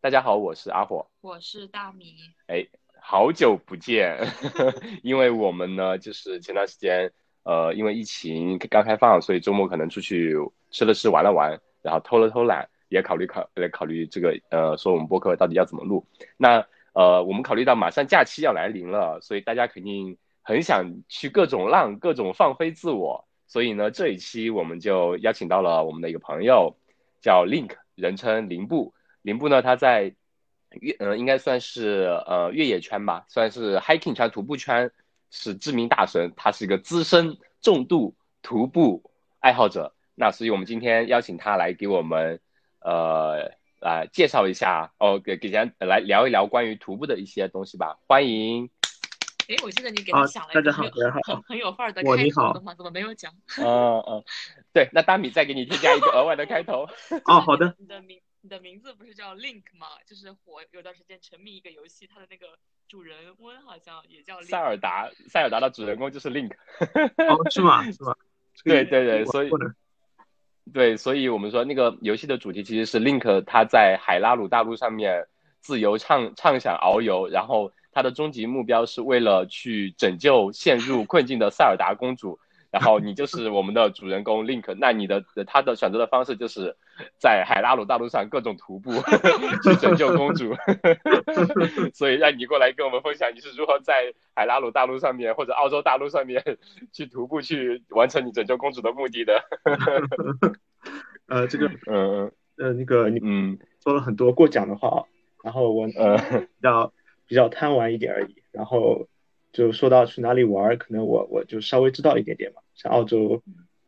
大家好，我是阿火，我是大米。哎，好久不见， 因为我们呢，就是前段时间，呃，因为疫情刚开放，所以周末可能出去吃了吃，玩了玩，然后偷了偷懒，也考虑考呃考虑这个呃，说我们播客到底要怎么录。那呃，我们考虑到马上假期要来临了，所以大家肯定很想去各种浪，各种放飞自我。所以呢，这一期我们就邀请到了我们的一个朋友，叫 Link，人称林布。林布呢，他在越呃应该算是呃越野圈吧，算是 hiking 圈、徒步圈是知名大神。他是一个资深重度徒步爱好者。那所以我们今天邀请他来给我们呃来介绍一下哦，给给大家来聊一聊关于徒步的一些东西吧。欢迎，哎，我记得你给啊他想了一个大家好很有大家好很很有范儿的 我开你头好的嘛，怎么没有讲？ 嗯、嗯，对，那大米再给你添加一个额外的开 头。哦，好的，你的名你的名字不是叫 Link 吗？就是火有段时间沉迷一个游戏，它的那个主人翁好像也叫 Link。塞尔达，塞尔达的主人公就是 Link。哦，是吗？是吗？对对对我所以不能对，所以我们说那个游戏的主题其实是 Link 他在海拉鲁大陆上面自由畅畅想遨游，然后他的终极目标是为了去拯救陷入困境的塞尔达公主。然后你就是我们的主人公 Link，那你的他的选择的方式就是在海拉鲁大陆上各种徒步 去拯救公主，所以让你过来跟我们分享你是如何在海拉鲁大陆上面或者澳洲大陆上面 去徒步去完成你拯救公主的目的的。呃，这个嗯呃，那个你嗯说了很多过奖的话啊，然后我嗯比呃较比较贪玩一点而已，然后就说到去哪里玩儿，可能我我就稍微知道一点点嘛。像澳洲，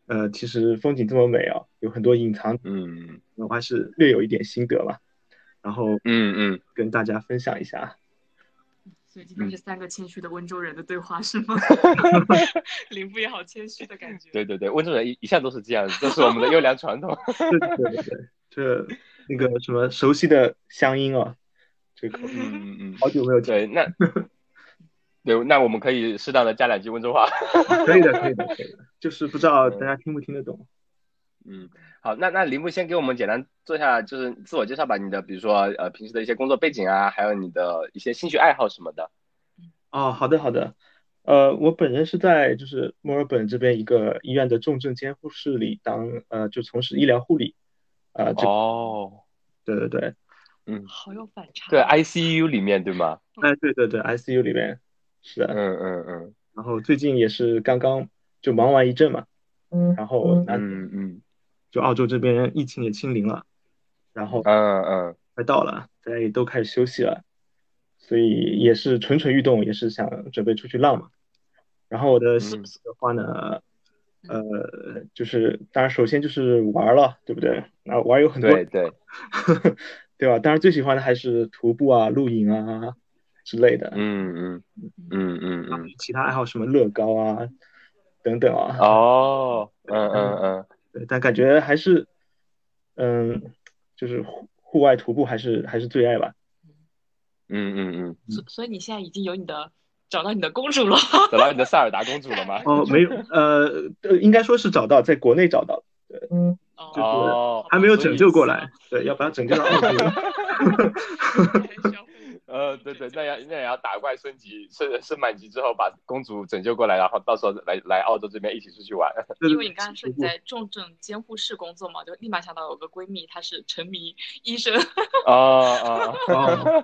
呃，其实风景这么美啊，有很多隐藏，嗯我还是略有一点心得嘛，然后嗯嗯，跟大家分享一下。所以今天是三个谦虚的温州人的对话是吗？ 林布也好谦虚的感觉。对对对，温州人一一向都是这样子，这是我们的优良传 统。对对对对，这那个什么熟悉的乡音啊，这个嗯嗯好久没有嗯，听，对， 那对，那我们可以适当的加两句温州话。可以的，可以的，可以的，就是不知道大家听不听得懂。嗯， 好，那那林木先给我们简单做一下就是自我介绍吧，你的比如说呃平时的一些工作背景啊，还有你的一些兴趣爱好什么的。哦，好的好的，呃，我本人是在就是墨尔本这边一个医院的重症监护室里当呃就从事医疗护理，啊、这哦，对对对，好有反差。啊对，ICU 里面对吗？哎对对对，ICU 里面是嗯的，嗯嗯然后最近也是刚刚就忙完一阵嘛，嗯然后那嗯嗯就澳洲这边疫情也清零了，然后嗯嗯快到了，大家也都开始休息了，所以也是蠢蠢欲动，也是想准备出去浪嘛。然后我的兴趣的话呢，呃，就是当然首先就是玩儿了，对不对？那玩儿有嗯，很多，对对，对吧？当然最喜欢的还是徒步啊、露营啊之类的，嗯嗯嗯嗯嗯。其他爱好什么乐高啊等等啊。哦，嗯嗯嗯，对，但感觉还是，嗯，就是户户外徒步还是还是最爱吧。嗯嗯所所以你现在已经有你的找到你的公主了。嗯，找到你的塞尔达公主了吗？哦，没有， 呃，呃应该说是找到，在国内找到了。哦是哦，还没有拯救过所以，来啊对，要把它拯救到澳 洲。还 需要呃，对对，那要那也要打怪升级，升升满级之后把公主拯救过来，然后到时候来来澳洲这边一起出去玩。因为你刚才说你在重症监护室工作嘛，就立马想到有个闺蜜，她是沉迷医生， 哦哦，哦，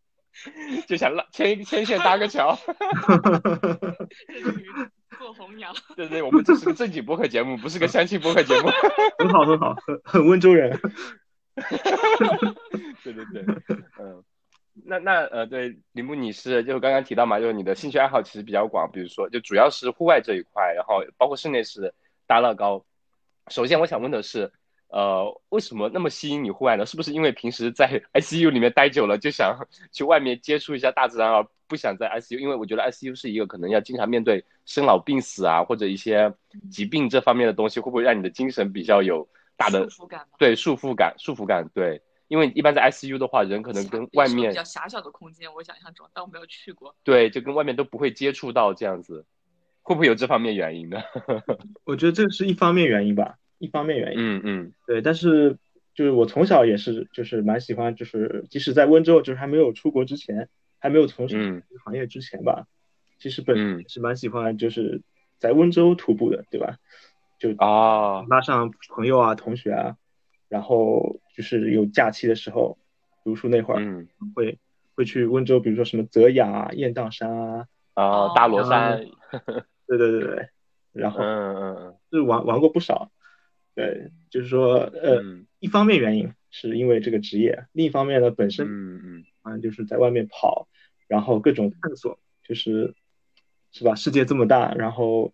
就想拉牵牵线搭个桥。 热衷于做红娘。对对，我们这是个正经播客节目，不是个相亲播客节目。 很好，很好，很很温州 人。 对对对，嗯。那那呃，对，林木，你是就是刚刚提到嘛，就是你的兴趣爱好其实比较广，比如说就主要是户外这一块，然后包括室内是搭乐高。首先我想问的是，呃，为什么那么吸引你户外呢？是不是因为平时在 ICU 里面待久了，就想 去外面接触一下大自然，而不想在 ICU？因为我觉得 ICU 是一个可能要经常面对生老病死啊，或者一些疾病这方面的东西，会不会让你的精神比较有 大的束缚感吧，对束缚感，束缚感对，因为一般在 ICU 的话，人可能狭跟也外是个面比较狭小的空间，我想象中，但我没有去过。对，就跟外面都不会接触到这样子，会不会有这方面原因呢？我觉得这是一方面原因吧，一方面原因。嗯嗯对，但是就是我从小也是就是蛮喜欢，就是即使在温州，就是还没有出国之前，还没有从事嗯这个行业之前吧，其实本嗯是蛮喜欢就是在温州徒步的，对吧？就啊，拉上朋友啊、同学啊，然后就是有假期的时候，读书那会儿嗯会会去温州，比如说什么泽养啊、雁荡山啊，啊，大罗山，对对对对，嗯然后嗯是玩玩过不少，对，就是说呃，嗯一方面原因是因为这个职业，另一方面呢本身嗯嗯啊，就是在外面跑，然后各种探索，就是是吧？世界这么大，然后嗯，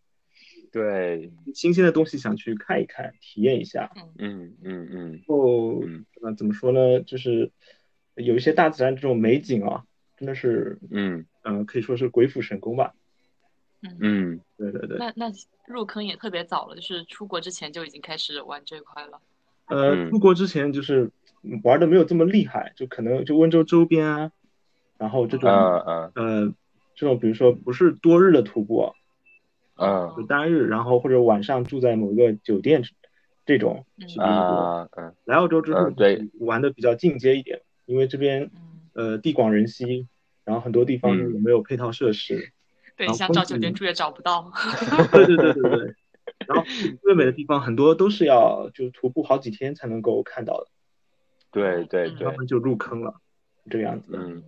对，新鲜的东西想去看一看，体验一下。嗯嗯嗯然后嗯呃，怎么说呢？就是有一些大自然这种美景啊，真的是嗯嗯、呃可以说是鬼斧神工吧。嗯，对对对，那那入坑也特别早了，就是出国之前就已经开始玩这块了。呃，嗯出国之前就是嗯玩的没有这么厉害，就可能就温州周边啊，然后这种、嗯嗯呃这种，比如说不是多日的徒步啊、嗯就单日，然后或者晚上住在某个酒店这种嗯是比较多。啊嗯来澳洲之后，嗯对，玩的比较进阶一点，因为这边嗯，呃地广人稀，然后很多地方嗯也没有配套设施。 对，然后想风找酒店景住也找不到。对对对对对。然后最美的地方很多都是要就是徒步好几天才能够看到的，对对对他，们就入坑了，这个样子的。嗯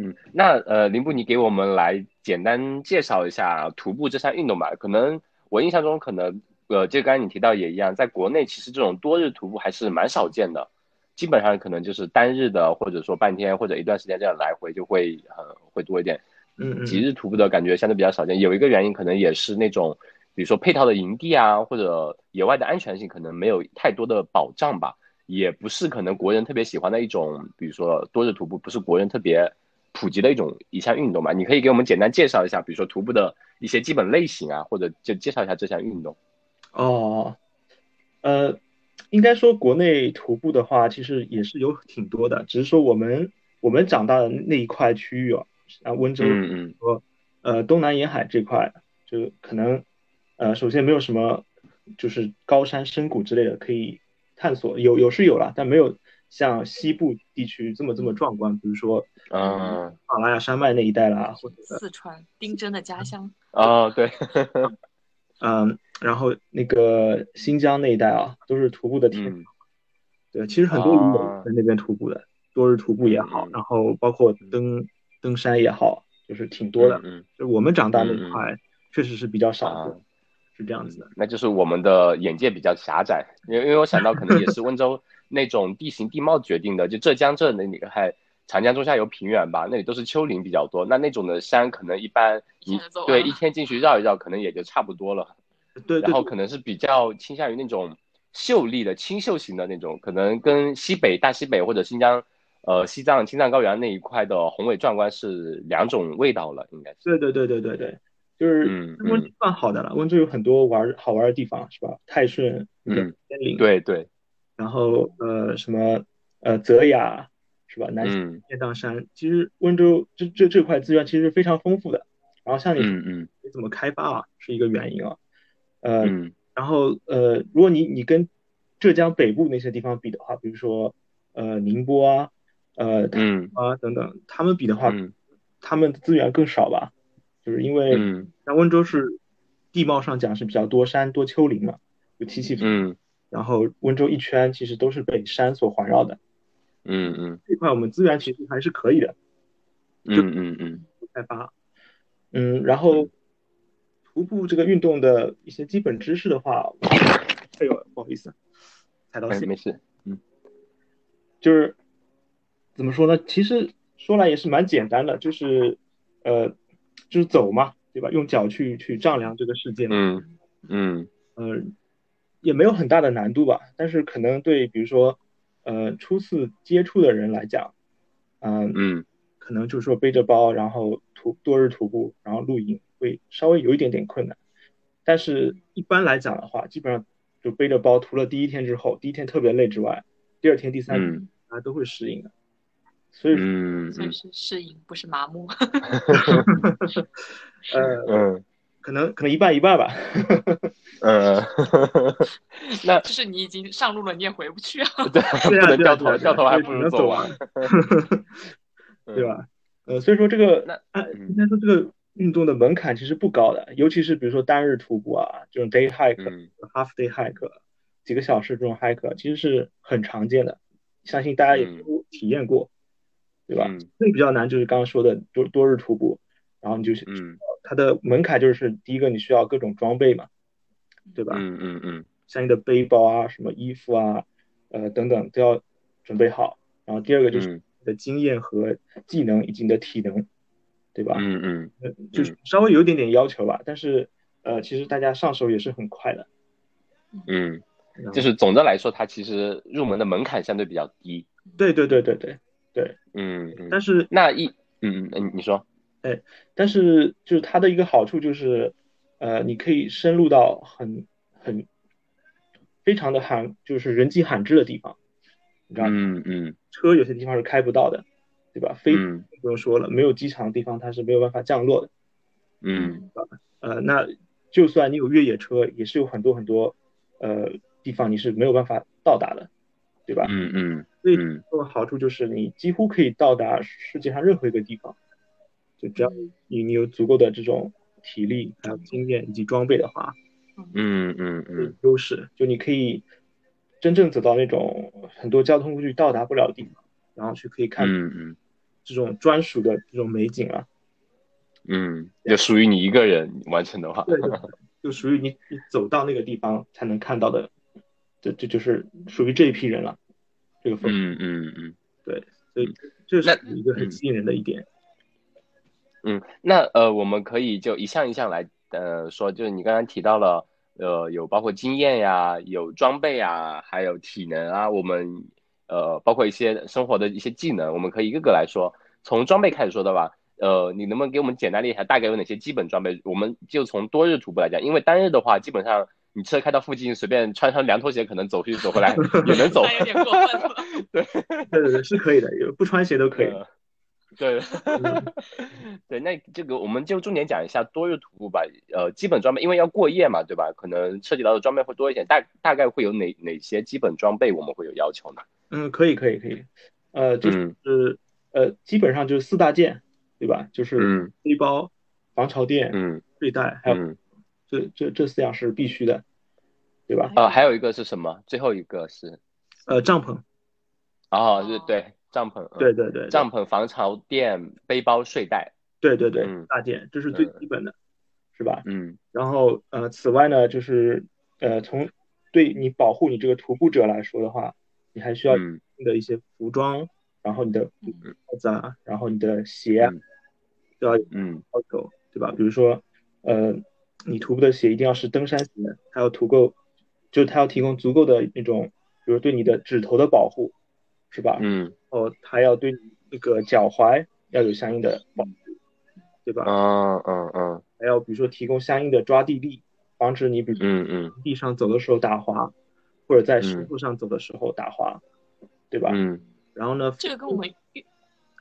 嗯，那呃，林布，你给我们来简单介绍一下徒步这项运动吧。可能我印象中，可能呃，就刚才你提到也一样，在国内其实这种多日徒步还是蛮少见的，基本上可能就是单日的，或者说半天或者一段时间这样来回就会呃会多一点。嗯几嗯日徒步的感觉相对比较少见。有一个原因可能也是那种，比如说配套的营地啊，或者野外的安全性可能没有太多的保障吧，也不是可能国人特别喜欢的一种，比如说多日徒步不是国人特别普及的一种一项运动嘛。你可以给我们简单介绍一下，比如说徒步的一些基本类型啊，或者就介绍一下这项运动。哦，呃，应该说国内徒步的话，其实也是有挺多的，只是说我们我们长大的那一块区域啊，啊温州。嗯嗯说，呃，东南沿海这块，就可能，呃，首先没有什么就是高山深谷之类的可以探索，有有是有啦，但没有像西部地区这么这么壮观，比如说嗯喜马拉雅山脉那一带啦，或者 四川丁真的家乡，哦对，嗯、然后那个新疆那一带啊，都是徒步的天堂。嗯对，其实很多驴友啊在那边徒步的，多日徒步也好嗯，嗯然后包括登登山也好，就是挺多 的。嗯就是我们长大那嗯嗯块确实是比较少啊的，是这样子的。那就是我们的眼界比较狭窄，因为因为我想到可能也是温 州那种地形地貌决定的，就浙江这那里还长江中下游平原吧，那里都是丘陵比较多，那那种的山可能一般一你下就走完对了一天进去绕一绕，可能也就差不多了。嗯对对然后可能是比较倾向于那种秀丽的清秀型的那种，可能跟西北大西北或者新疆呃西藏青藏高原那一块的宏伟壮观是两种味道了，应该是。对对对对对对，就是嗯温州嗯算好的了，温州有很多玩儿好玩儿的地方，是吧？泰顺、那个嗯仙林，，对对，然后呃什么呃泽雅，是吧？南嗯雁荡山，其实温州这这这块资源其实是非常丰富的。然后像你嗯嗯你怎么开发啊，是一个原因啊。呃，嗯然后呃，如果你你跟浙江北部那些地方比的话，比如说呃宁波啊、呃台嗯湾啊等等，他们比的话，嗯他们的资源更少吧，就是因为嗯像温州是地貌上讲是比较多山多丘陵嘛，有起起伏，嗯然后温州一圈其实都是被山所环绕的，嗯嗯。这块我们资源其实还是可以的嗯嗯嗯开发，嗯，然后嗯徒步这个运动的一些基本知识的话，哎呦不好意思，踩到哎，线，没事。就是怎么说呢？其实说来也是蛮简单的，就是呃就是走嘛，对吧？用脚去去丈量这个世界嘛。嗯嗯呃，也没有很大的难度吧，但是可能对比如说，呃，初次接触的人来讲，嗯、嗯可能就是说背着包，然后徒多日徒步，然后露营，会稍微有一点点困难。但是一般来讲的话，基本上就背着包，除了第一天之后，第一天特别累之外，第二天、第三天嗯大家都会适应的。所以说，嗯 所以是适应，不是麻木。呃，嗯可能可能一半一 半吧。呃，那就是你已经上路了，你也回不去啊。对，不对啊能对掉啊对啊头，掉头还对不只如能做走 完，对嗯？吧？呃，所以说这个，那啊嗯应该说这个运动的门槛其实不高的，尤其是比如说单日徒步啊，这种 day hike、嗯 half day hike，几个小时这种 hike，其实是很常见的，相信大家也嗯都体验过，对吧？嗯最比较难就是刚刚说的多多日徒步，然后你就是嗯它的门槛就是第一个你需要各种装备嘛，对吧？嗯嗯嗯相应的背包啊、什么衣服啊、呃等等都要准备好。然后第二个就是嗯你的经验和技能以及你的体能，对吧？嗯嗯呃就是稍微有一点点要求吧，但是呃，其实大家上手也是很快的。嗯，就是总的来说，它其实入门的门槛相对比较低。对对对对对，嗯嗯，但是那一嗯嗯嗯，你说但是就是它的一个好处就是，呃，你可以深入到很很非常的罕，就是人迹罕至的地方，你知道吗？嗯嗯车有些地方是开不到的，对吧？飞嗯不用说了，没有机场的地方它是没有办法降落的。嗯呃，那就算你有越野车，也是有很多很多呃地方你是没有办法到达的，对吧？嗯嗯所以嗯这个好处就是你几乎可以到达世界上任何一个地方，就只要嗯你你有足够的这种体力、还有经验以及装备的话，嗯嗯嗯优势，就你可以真正走到那种很多交通工具到达不了的地方，然后去可以看嗯嗯这种专属的这种美景啊。嗯，就属于你一个人完成的话，对对，对，就属于你你走到那个地方才能看到的，这这就是属于这一批人了，这个风格，嗯嗯嗯所以这是那一个很吸引人的一点。嗯，那呃，我们可以就一项一项来呃说，就是你刚刚提到了呃有包括经验呀，有装备啊，还有体能啊，我们呃包括一些生活的一些技能，我们可以一个个来说。从装备开始说的吧，呃，你能不能给我们简单列一下大概有哪些基本装备？我们就从多日徒步来讲，因为单日的话，基本上你车开到附近，随便穿双凉拖鞋，可能走去走回来也能走。那有点过分 了。对对对，是可以的，有不穿鞋都可以。嗯呃对，对，那这个我们就重点讲一下多日徒步吧。呃，基本装备，因为要过夜嘛，对吧？可能涉及到的装备会多一点，大大概会有哪哪些基本装备我们会有要求呢？嗯，可以可以可以。呃，就是、嗯呃，基本上就是四大件，对吧？就是嗯背包、防潮垫、嗯睡袋，还有嗯。这这这四样是必须的，对吧？呃，还有一个是什么？最后一个是呃，帐篷，哦，是对帐篷，嗯对对对，帐篷、防潮垫、背包、睡袋。对对对，嗯四大件，这是最基本的，是吧？嗯然后呃，此外呢，就是呃，从对你保护你这个徒步者来说的话，你还需要嗯你的一些服装，然后你的嗯帽子啊，然后你的鞋啊嗯都要有嗯要求，对吧？比如说呃，你徒步的鞋一定要是登山鞋，它要足够，就是它要提供足够的那种，比如对你的指头的保护，是吧？嗯然后它要对你那个脚踝要有相应的保护，对吧？嗯嗯嗯还要比如说提供相应的抓地力，防止你比如嗯嗯地上走的时候打滑，或者在石嗯头上走的时候打滑，对吧？嗯然后呢，这个跟我们越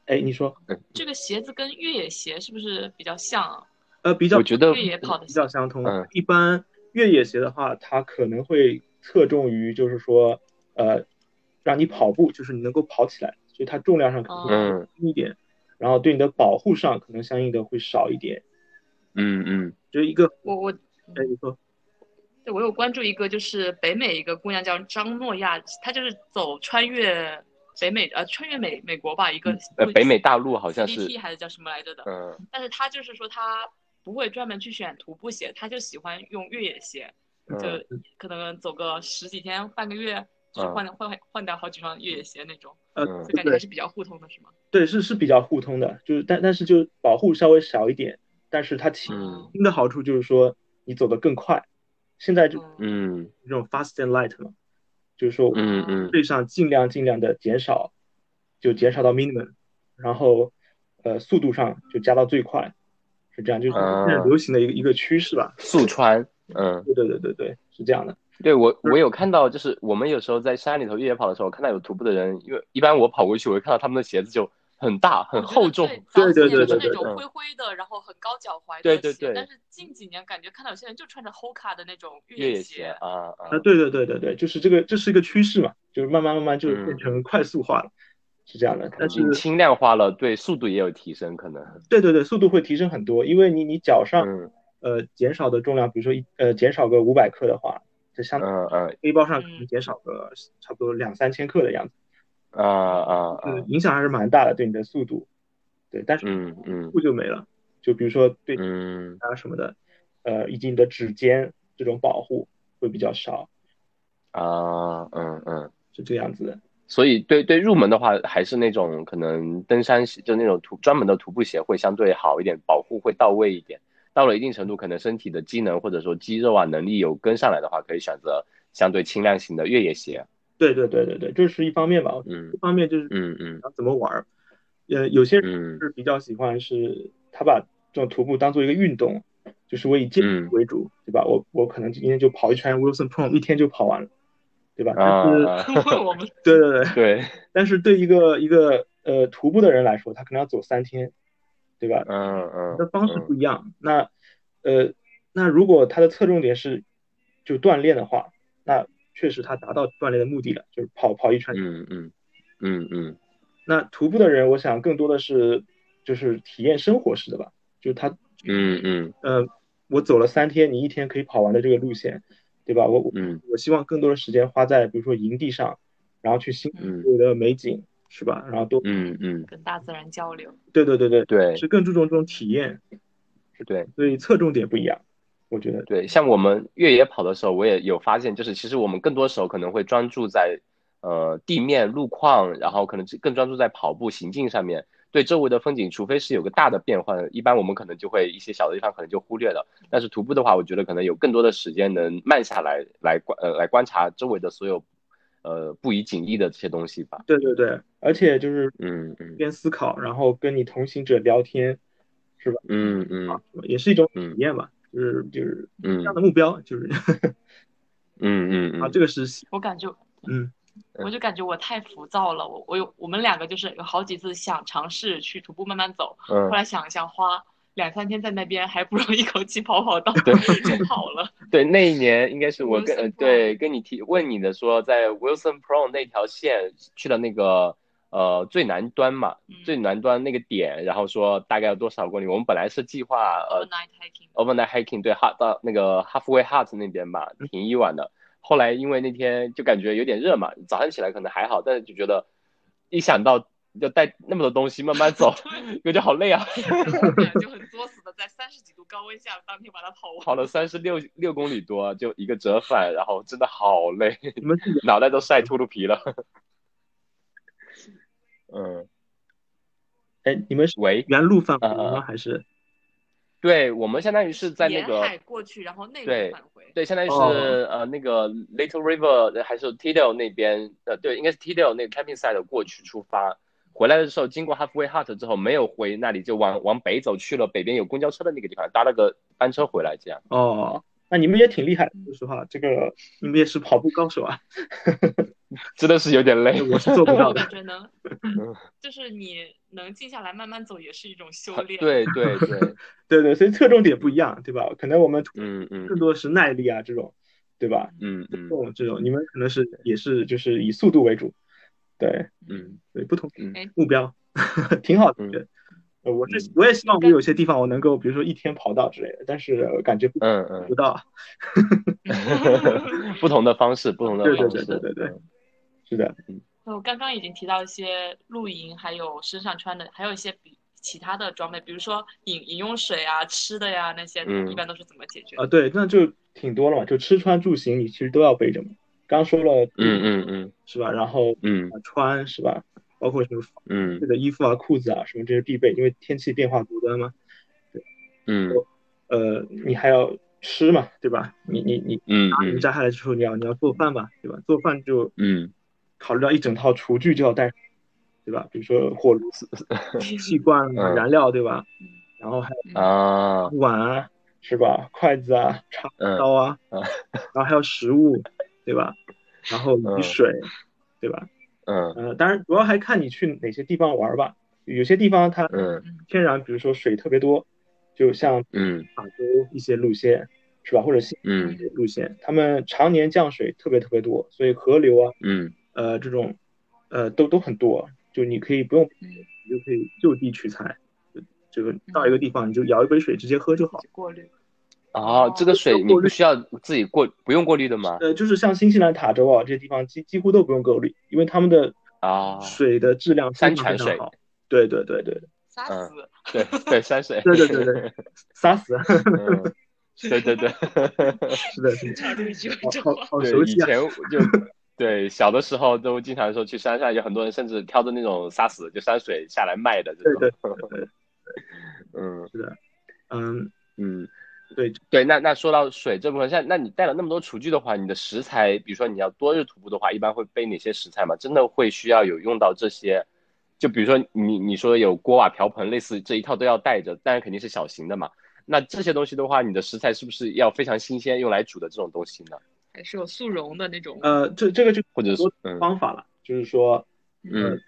哎，你说，这个鞋子跟越野鞋是不是比较像啊？呃，比较我觉得越野跑的比鞋较相通。嗯一般越野鞋的话，它可能会侧重于就是说，呃，让你跑步，就是你能够跑起来，所以它重量上可能会嗯轻一点，然后对你的保护上可能相应的会少一点。嗯嗯就一个，我我哎，你说，对我有关注一个，就是北美一个姑娘叫张诺亚，她就是走穿越北美呃穿越美美国吧，一个呃，北美大陆好像是 DT 还是叫什么来着的，嗯但是她就是说她不会专门去选徒步鞋，她就喜欢用越野鞋，嗯就可能走个十几天半个月，就是换换换掉好几双越野鞋那种，呃，嗯就感觉还是比较互通的，是吗？对，是是比较互通的，就是但但是就保护稍微少一点，但是它提嗯新的好处就是说你走得更快。现在就嗯嗯这种 fast and light 嘛，就是说嗯嗯对上尽量尽量的减少，就减少到 minimum，然后呃速度上就加到最快，是这样，就是啊现在流行的一个一个趋势吧。速穿，嗯。对对对对对，是这样的。对我，我有看到，就是我们有时候在山里头越野跑的时候，看到有徒步的人，因为一般我跑过去，我会看到他们的鞋子就很大很厚重。对对对是对那对种嗯灰灰的，然后很高脚踝的对对鞋对但是近几年感觉看到有些人就穿着 Hoka 的那种越野鞋鞋， 啊啊啊，，对对对对对，就是这个，这是一个趋势嘛，就是慢慢慢慢就嗯变成快速化了，是这样的。但是嗯轻量化了，对速度也有提升，可能。对对对，速度会提升很多，因为你你脚上嗯呃减少的重量，比如说一呃减少个五百克的话，就相当于嗯嗯背包上可嗯能减少个差不多两三千克的样子，啊啊啊嗯，影响还是蛮大的对你的速度，对，但是嗯嗯速就没了，就比如说对嗯啊什么的，呃，以及你的指尖这种保护会比较少，啊嗯嗯。是这样子的。所以对对入门的话，还是那种可能登山鞋，就那种徒专门的徒步鞋会相对好一点，保护会到位一点。到了一定程度，可能身体的机能或者说肌肉啊能力有跟上来的话，可以选择相对轻量型的越野鞋。对对对对对，这是一方面吧，我觉得嗯一方面就是嗯 嗯想怎么玩儿。呃，有些人嗯是比较喜欢是，他把这种徒步当做一个运动，就是我以健嗯康为主，对吧？我我可能今天就跑一圈 Wilson Prom，一天就跑完了，对吧？但是，啊，我们对对对，对，但是对一个一个呃徒步的人来说，他可能要走三天，对吧？嗯嗯，那方式嗯不一样。那呃，那如果他的侧重点是就锻炼的话，那确实他达到锻炼的目的了，就是跑跑一圈。嗯嗯嗯嗯那徒步的人，我想更多的是就是体验生活式的吧，就是他嗯嗯呃，我走了三天，你一天可以跑完的这个路线，对吧？我我嗯我希望更多的时间花在比如说营地上，然后去欣赏嗯所有的美景，是吧？然后多嗯嗯，跟大自然交流。对对对对，对是更注重这种体验，对所以侧重点不一样，我觉得。对，像我们越野跑的时候，我也有发现，就是其实我们更多时候可能会专注在呃地面路况，然后可能更专注在跑步行进上面。对周围的风景，除非是有个大的变换，一般我们可能就会一些小的地方可能就忽略了。但是徒步的话，我觉得可能有更多的时间能慢下来，来观呃来观察周围的所有呃不以景意的这些东西吧。对对对，而且就是嗯嗯边思考，然后跟你同行者聊天，是吧？嗯嗯啊，也是一种体嗯验吧，就是就是这嗯样的目标，就是嗯嗯嗯 啊，这个是我感 觉嗯我就感觉我太浮躁了，我我有我们两个就是有好几次想尝试去徒步慢慢走，后嗯。来想一想花两三天在那边，还不如 一口气跑跑到对 就跑了。对，那一年应该是我跟 Wilson 呃 Prom 对跟你提问你的说，在 Wilson Pro 那条线去了那个呃最南端嘛， 嗯最南端那个点，然后说大概有多少公里？我们本来是计划呃 Overnight hiking，，overnight hiking 对 h 到那个 halfway hut 那边吧，停一晚的。后来因为那天就感觉有点热嘛，早上起来可能还好，但是就觉得一想到要带那么多东西慢慢走 对，感觉好累啊。然后我们俩就很作死的在三十几度高温下当天把它跑完。跑了三十六六公里多，就一个折返，然后真的好累，你们自己脑袋都晒秃噜皮了。嗯，哎，你们是啊喂，原路返回嗯嗯吗？嗯还是对我们相当于是在那沿个海过去，然后内对陆返回。对，相当于是、哦呃那个 Little River 还是 Tidal 那边呃对，应该是 Tidal 那个 camping site 过去出发，回来的时候经过 Halfway Hut 之后没有回那里，就往往北走去了北边有公交车的那个地方，搭了个班车回来这样。哦？那你们也挺厉害的，说实话，这个你们也是跑步高手 啊，真的是有点累，我是做不但到我的感。觉能，嗯就是你能静下来慢慢走，也是一种修炼。，对对对， 对对，所以侧重点不一样，对吧？可能我们嗯嗯更多是耐力啊这种，对吧？嗯嗯这种这种，你们可能是也是就是以速度为主，对嗯对，不同嗯目标， 挺好的。嗯对呃，我是嗯我也希望我有些地方我能够，比如说一天跑到之类的，但是呃感觉不嗯嗯不。到，啊 不同的方式，不同的对对方对式，对对对是的，我刚刚已经提到一些露营，还有身上穿的，还有一些比其他的装备，比如说饮饮用水啊、吃的呀那些，嗯一般都是怎么解决啊的？对，那就挺多了嘛，就吃穿住行你其实都要背着嘛。刚说了，嗯嗯嗯是吧？然后嗯呃穿是吧？包括什么防嗯晒的衣服啊、裤子啊什么这些必备，因为天气变化多端嘛。嗯呃，你还要吃嘛，对吧？你你你嗯把人摘下来之后，你要你要做饭嘛，对吧？做饭就嗯考虑到一整套厨具就要带，对吧？比如说火炉、 气罐啊、嗯燃料，对吧嗯？然后还嗯啊有碗啊，是吧？筷子啊、叉嗯刀啊，嗯然后还有食物，对吧？然后以及嗯水，对吧？嗯呃，当然主要还看你去哪些地方玩吧。有些地方它嗯天然，比如说水特别多，就像嗯法州一些路线是吧，或者新疆一嗯些路线，他们常年降水特别特别多，所以河流啊，嗯呃，这种呃都都很多，就你可以不用，嗯你就可以就地取材，就这个到一个地方你就舀一杯水直接喝就好。过滤。哦，这个水你不需要自己过，不用过滤的吗？呃，就是像新西兰塔州啊这些地方几几乎都不用过滤，因为他们的啊，水的质量非山常泉非常水好。对对 对对杀嗯死， 对对，山水，对对对对，杀死啊！嗯，对对对，是的，是的，插入一句 这好好话，好对熟，以悉啊！前就对小的时候都经常说去山上，有很多人甚至挑着那种沙石，就山水下来卖的这对种。对对 嗯嗯，嗯，对对，那那说到水这部分，像那你带了那么多厨具的话，你的食材，比如说你要多日徒步的话，一般会备哪些食材嘛？真的会需要有用到这些，就比如说你你说有锅碗瓢盆，类似这一套都要带着，当然肯定是小型的嘛。那这些东西的话，你的食材是不是要非常新鲜用来煮的这种东西呢？还是有速溶的那种。呃，这这个就或者是多嗯方法了，就是说，嗯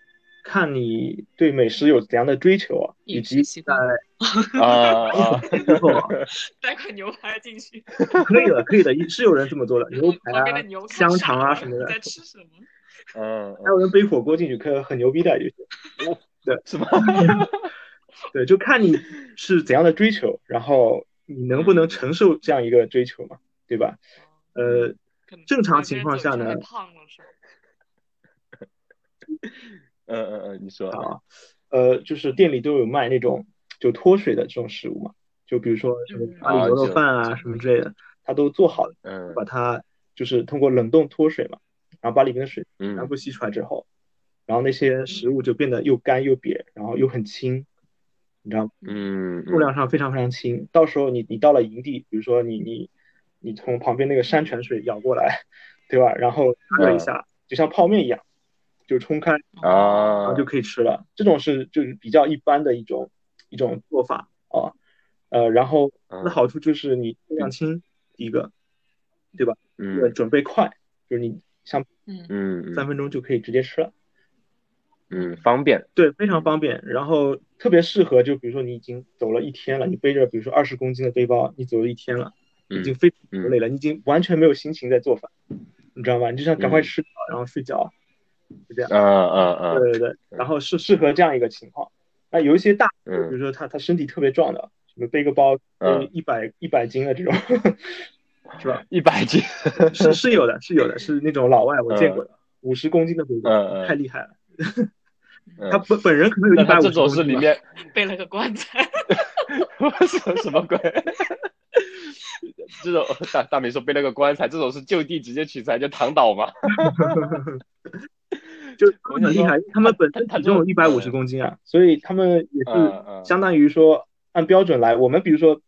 看你对美食有怎样的追求啊，以饮食及习在惯啊 啊之后啊，带块牛排进去，可以的，可以的，是有人这么做的，牛排旁边的啊、牛看香傻肠啊了什么的你，在吃什么？嗯，还有人背火锅进去，可很牛逼的，有些是吗？ 对，就看你是怎样的追求，然后你能不能承受这样一个追求嘛，对吧？呃，可能正常情况下呢外面走一圈胖了是吧？嗯嗯嗯，你说，啊，呃，就是店里都有卖那种就脱水的这种食物嘛，就比如说什么咖喱啊牛肉就饭啊什么之类的，它都做好了，嗯把它就是通过冷冻脱水嘛，然后把里面的水全嗯部吸出来之后，然后那些食物就变得又干又瘪，然后又很轻，你知道吗？嗯，重量上非常非常轻。到时候你你到了营地，比如说你你你从旁边那个山泉水舀过来，对吧？然后加热一下，就像泡面一样，就冲开，然啊后就可以吃了。这种是就是比较一般的一种一种嗯做法啊。呃，然后它的好处就是你重量轻，第一个，第二个嗯准备快，就是你像 嗯，嗯三分钟就可以直接吃了。嗯方便，对，非常方便，然后特别适合，就比如说你已经走了一天了，你背着比如说二十公斤的背包，你走了一天了，已经嗯非常嗯累了，你已经完全没有心情在做饭，你知道吗？你就想赶快嗯吃饱，然后睡觉，就这样。嗯嗯对对对，然后是适合这样一个情况。那有一些大，比嗯如说他他身体特别壮的，什么背个包嗯背一百一百斤的这种， 是吧？ 嗯，一百斤，是是有的，是有的，是那种老外我见过的，五十公斤的背嗯包，嗯太厉害了。嗯他本本人可能有那一百它五这十公种是斤里吧。面背了个棺材， 什什么鬼？这种大大明说背了个棺材，这种是就地直接取材就躺倒吗？ 就是他们很厉害，因为他们本身体重有一百五十公斤啊，所以他们也嗯是嗯，相当于说按标准来，我们比如说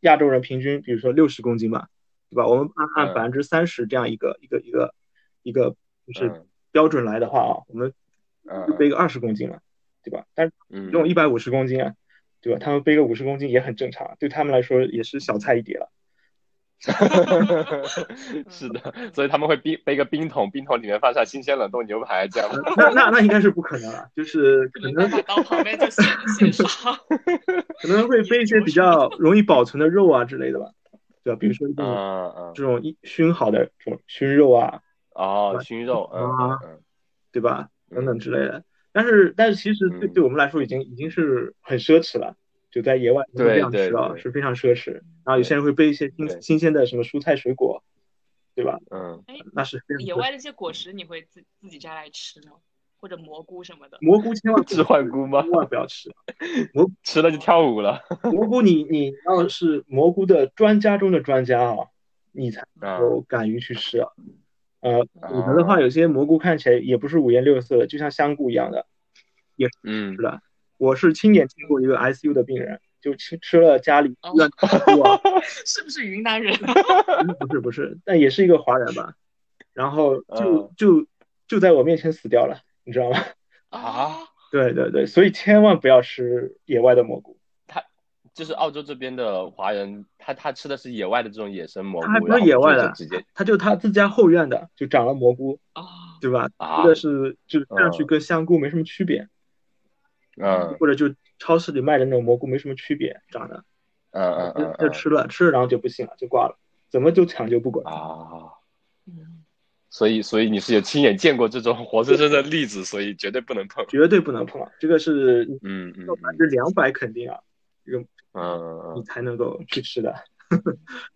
亚洲人平均比如说六十公斤吧，对吧？我们按按嗯百分之三十这样一个一个一个一个就是嗯标准来的话啊，我们嗯就背个二十公斤嘛，对吧？但是嗯 这种一百五十公斤啊，对吧？他们背个五十公斤也很正常，对他们来说也是小菜一碟 了。是的，所以他们会冰背个冰桶，冰桶里面放上新鲜冷冻牛排这样。那那那应该是不可能了，就是可可能能把刀旁边就献 献上。可能会备一些比较 容易保存的肉啊之类的吧， 对吧？比如说这种嗯嗯这，种一熏好的这种熏肉啊，哦，熏肉，嗯嗯对吧？嗯等等之类的。但是但是其实对嗯对我们来说已经已经是很奢侈了，就在野外能够对这样吃对啊对是非常奢侈。然后有些人会备一些对新新鲜的什么蔬菜水果，对吧？嗯哎，那是非常野奢侈。外那些果实你会自自己摘来吃吗？或者蘑菇什么的？ 蘑菇千万嗯，置换菇吗千？万不要吃，吃了就跳舞了。蘑菇你你要是蘑菇的专家中的专家啊，你才啊能够敢于去吃啊。呃，啊我们的话，有些蘑菇看起来也不是五颜六色的，就像香菇一样的。嗯是的，我是亲眼见过一个 ICU 的病人，就吃吃了家里哦医院的蘑菇啊，嗯是不是云南人？啊 不是不是，但也是一个华人吧，然后就嗯就就在我面前死掉了，你知道吗？ 哦啊，对对对，所以千万不要吃野外的蘑菇，就是澳洲这边的华人，他他吃的是野外的这种野生蘑菇，他还不是然后野外就的直接他就他自家后院的就长了蘑菇，哦，对吧？啊这个是就是看上去嗯跟香菇没什么区别，嗯或者就超市里卖的那种蘑菇没什么区别，长得嗯嗯嗯就嗯吃了吃了然后就不行了，就挂了，怎么就抢救不管？啊，嗯，所以所以你是有亲眼见过这种活生生的例子，所以绝对不能碰。绝对不能碰啊！这个是嗯嗯百分之两百肯定啊，这个嗯嗯嗯你。才能够去吃的。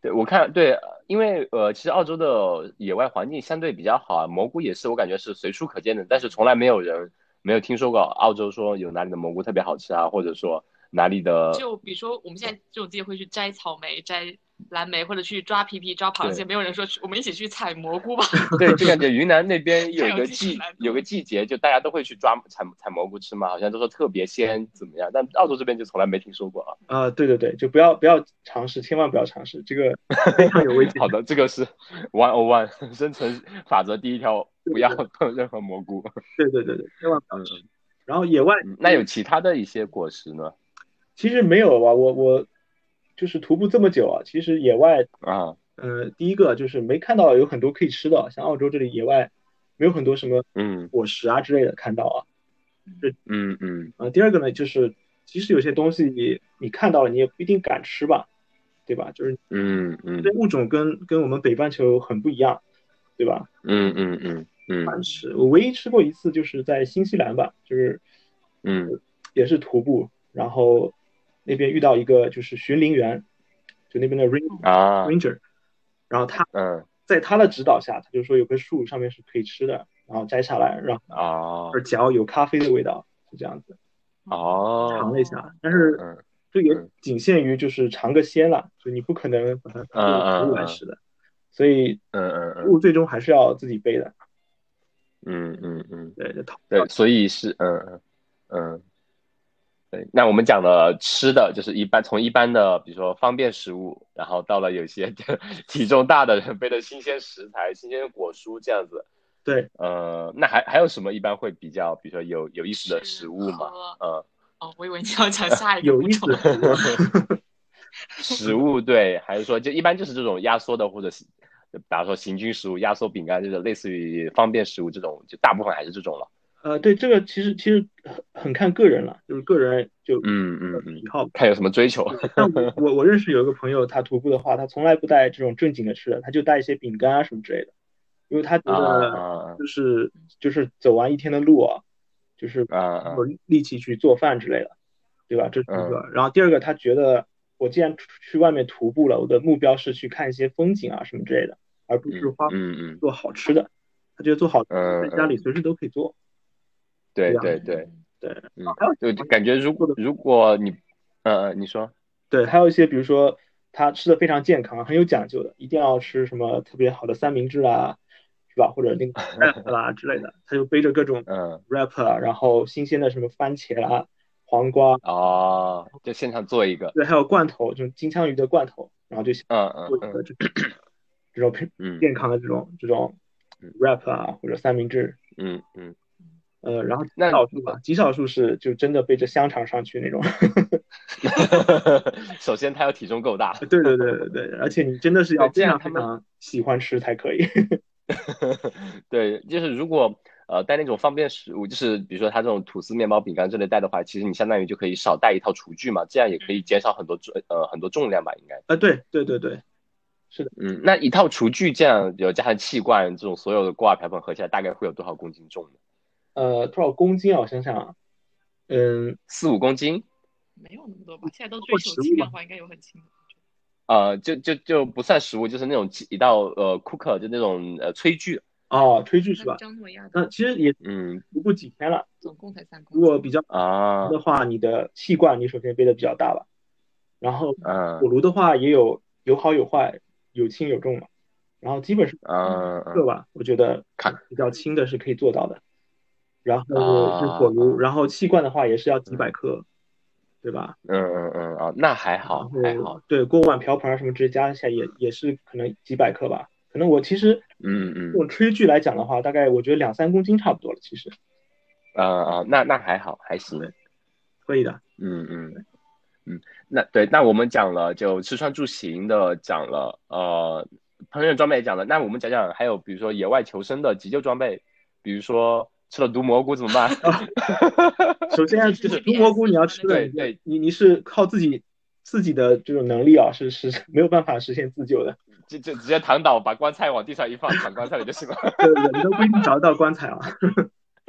对，我看对，呃因为呃，其实澳洲的野外环境相对比较好啊，蘑菇也是我感觉是随处可见的，但是从来没有人没有听说过澳洲说有哪里的蘑菇特别好吃啊，或者说哪里的呃就比如说我们现在这种季节会去摘草莓、摘蓝莓，或者去抓皮皮、抓螃蟹，对没有人说去我们一起去采蘑 菇吧？嗯对，就感觉云南那 边有一太有个技术季难度有个季节，就大家都会去抓采采蘑菇吃嘛，好像都说特别鲜怎么样，但澳洲这边就从来没听说过啊。啊，对对对，就不要不要尝试，千万不要尝试，这个非常有危险。好的，这个是 one o one 生存法则第一条，不要碰任何蘑菇。 对对对对，千万不要嗯吃。然后野外嗯，那有其他的一些果实呢？其实没有吧，啊我我就是徒步这么久啊，其实野外啊，呃，第一个就是没看到有很多可以吃的，像澳洲这里野外没有很多什么嗯果实啊之类的看到啊。嗯嗯呃，第二个呢，就是即使有些东西你你看到了，你也不一定敢吃吧，对吧？就是嗯嗯这物种跟跟我们北半球很不一样，对吧？嗯嗯嗯嗯难吃。我唯一吃过一次，就是在新西兰吧，就是嗯也是徒步，然后那边遇到一个就是巡林员，就那边的 ranger，啊 ranger，然后他嗯在他的指导下，他就说有棵树上面是可以吃的，然后摘下来，然后啊而嚼有咖啡的味道，是这样子尝哦了一下，但是嗯这也嗯仅限于就是尝个鲜啦，就你不可能把它当做食物来吃的，所以嗯嗯食物最终还是要自己背的，嗯嗯嗯对，就淘对，所以是嗯嗯嗯对，那我们讲了吃的，就是一般从一般的比如说方便食物，然后到了有些 体重大的人背的新鲜食材、新鲜果蔬这样子。对，呃，那还还有什么一般会比较，比如说有有意思的食物吗？喝呃，哦，我以为你要讲下一个有物意思 种。的食物。呃食物对，还是说就一般就是这种压缩的，或者是比方说行军食物、压缩饼干，就是类似于方便食物这种，就大部分还是这种了。呃，对，这个其实其实很很看个人了，就是个人就嗯嗯嗯，喜好吧。看有什么追求。但我我我认识有一个朋友，他徒步的话，他从来不带这种正经的吃的，他就带一些饼干啊什么之类的，因为他觉得啊就是就是走完一天的路啊，就是啊啊嗯有力气去做饭之类的，对吧？这是一个。然后第二个，他觉得我既然出去外面徒步了，我的目标是去看一些风景啊什么之类的，而不是花嗯嗯，做好吃的。他觉得做好吃的嗯在家里随时都可以做。对这对对，对，嗯还有就感觉如果如果你，嗯嗯，你说，对，还有一些比如说他吃的非常健康，很有讲究的，一定要吃什么特别好的三明治啦，是吧？或者那 个 wrap 啦之类的，他就背着各种嗯 wrap 啊，然后新鲜的什么番茄啊啦、黄瓜，哦，就现场做一个，对，还有罐头，就是金枪鱼的罐头，然后就想嗯嗯做一个这种这种偏嗯健康的这种这种嗯 wrap 啊或者三明治，嗯嗯 呃，然后极那少数吧，极少数是就真的背着香肠上去 那种。嗯，首先它要体重够大，对对对对对，而且你真的是要对这非样常他非们常喜欢吃 才可以。对，就是如果呃带那种方便食物，就是比如说它这种吐司、面包、饼干这类带的话，其实你相当于就可以少带一套厨具嘛，这样也可以减少很多重呃很多重量吧，应该。啊，对对对对，嗯，那一套厨具这样有加上气罐这种所有的锅碗瓢盆合起来，大概会有多少公斤重呢？呃，多少公斤啊？我想想啊，嗯，四五公斤？没有那么多吧？现在都包追括求食物轻嘛量化，应该有很轻的。呃，就就就不算食物，就是那种一道呃 cooker 就那种呃炊具。哦，炊具是吧？张诺亚那的其实也嗯徒步几天了。总共才三公如斤。果比较啊长的话，你的气罐你首先背的比较大吧，然后嗯火炉的话也有有好有坏，有轻有重嘛。然后基本上嗯这嗯吧，我觉得看比较轻的是可以做到的。然后啊是火炉，然后气罐的话也是要几百克，对吧？嗯嗯嗯啊，那还好还然好后。对锅碗瓢盆啊什么直接加一下也也是可能几百克吧。可能我其实嗯嗯用炊具来讲的话，大概我觉得两三公斤差不多了，其实啊啊，那那还好还行。可以的。嗯嗯嗯，那对，那我们讲了就吃穿住行的，讲了呃烹饪装备也讲了，那我们讲讲还有比如说野外求生的急救装备，比如说吃了毒蘑菇怎么办？首先要 这是毒蘑菇 BS 你要吃的，对对你你是靠自己自己的这种能力啊，是是没有办法实现自救的。就就直接躺倒，把棺材往地上一放，躺棺材里就行了。对对，你都不一定找得到棺材啊。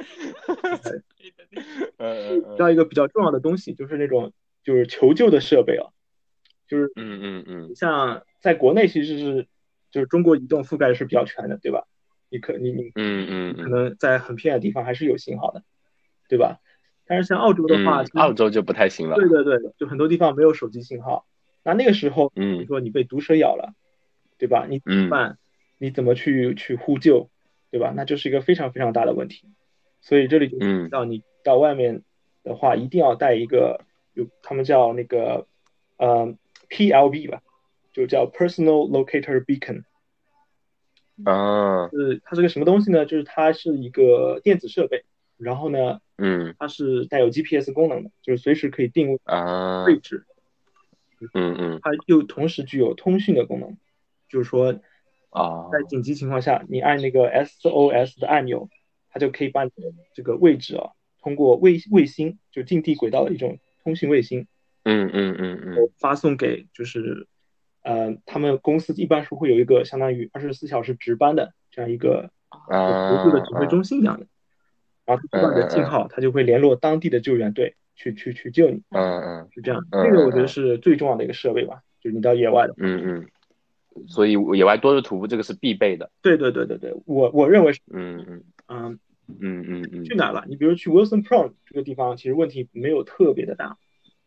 对的对的嗯嗯嗯要一个比较重要的东西，就是那种就是求救的设备啊，就是嗯嗯嗯，像在国内其实是就是中国移动覆盖的是比较全的，对吧？你可你你嗯嗯可嗯能在很偏远的地方还是有信号的，对吧？但是像澳洲的话，嗯其，实澳洲就不太行了。对对对，就很多地方没有手机信号。那那个时候，比如嗯说你被毒蛇咬了，对吧？你怎么嗯办？你怎么去去呼救，对吧？那这是一个非常非常大的问题。所以这里就嗯让你到外面的话，一定要带一个，有他们叫那个呃 PLB 吧，就叫 Personal Locator Beacon。啊是它是个什么东西呢？就是它是一个电子设备，然后呢，嗯它是带有 GPS 功能的，就是随时可以定位啊位置。嗯嗯它又同时具有通讯的功能，就是说啊在紧急情况下，你按那个 SOS 的按钮，它就可以把你的这个位置啊，通过卫卫星就近地轨道的一种通信卫星嗯嗯嗯嗯发送给就是呃他们公司一般是会有一个相当于二十四小时值班的这样一个啊求救的指挥中心一样的，然后它收到你的信嗯嗯嗯号，它就会联络当地的救援队去去去救你，嗯嗯。是这样。嗯这个我觉嗯得是最重要的一个设备吧，就是你到野外的。嗯，嗯，所以野外多日徒步这个是必备的。对对对对对，我我认为是，嗯嗯嗯，嗯嗯嗯去哪儿了？你比如去 Wilson Pond 这个地方，其实问题没有特别的大，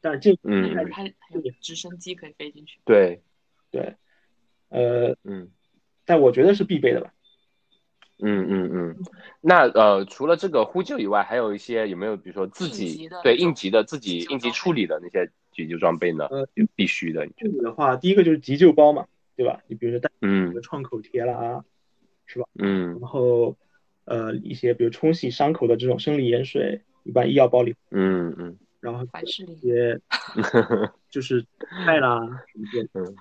但是这嗯还嗯，它还有直升机可以飞进去。对，对，呃，嗯但我觉得是必备的吧。嗯嗯嗯。那呃，除了这个呼救以外，还有一些有没有比如说自应急己的对应急的自己急救应急装备处理的那些急救装备呢呃？就必须的，你觉这得？里的话，第一个就是急救包嘛，对吧？你比如说带一嗯个创口贴啦，嗯然后呃一些比如冲洗伤口的这种生理盐水，一般医药包里，嗯嗯然后凡士林一些就是带啦什么的，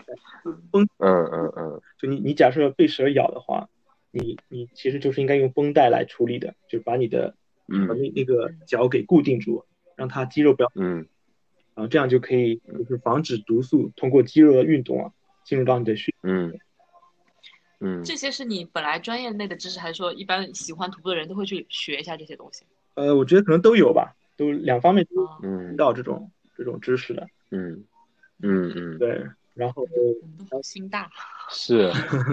嗯嗯嗯就你你假设被蛇咬的话，你你其实就是应该用绷带来处理的，就把你的把嗯那那个脚给固定住，让它肌肉不要，嗯然后这样就可以就是防止毒素通过肌肉的运动啊进入到你的血。嗯嗯这些是你本来专业内的知识，还是说一般喜欢徒步的人都会去学一下这些东西？呃，我觉得可能都有吧，都两方面都啊，嗯知道这种这种知识的。嗯嗯嗯，对，然后我们都好心大。是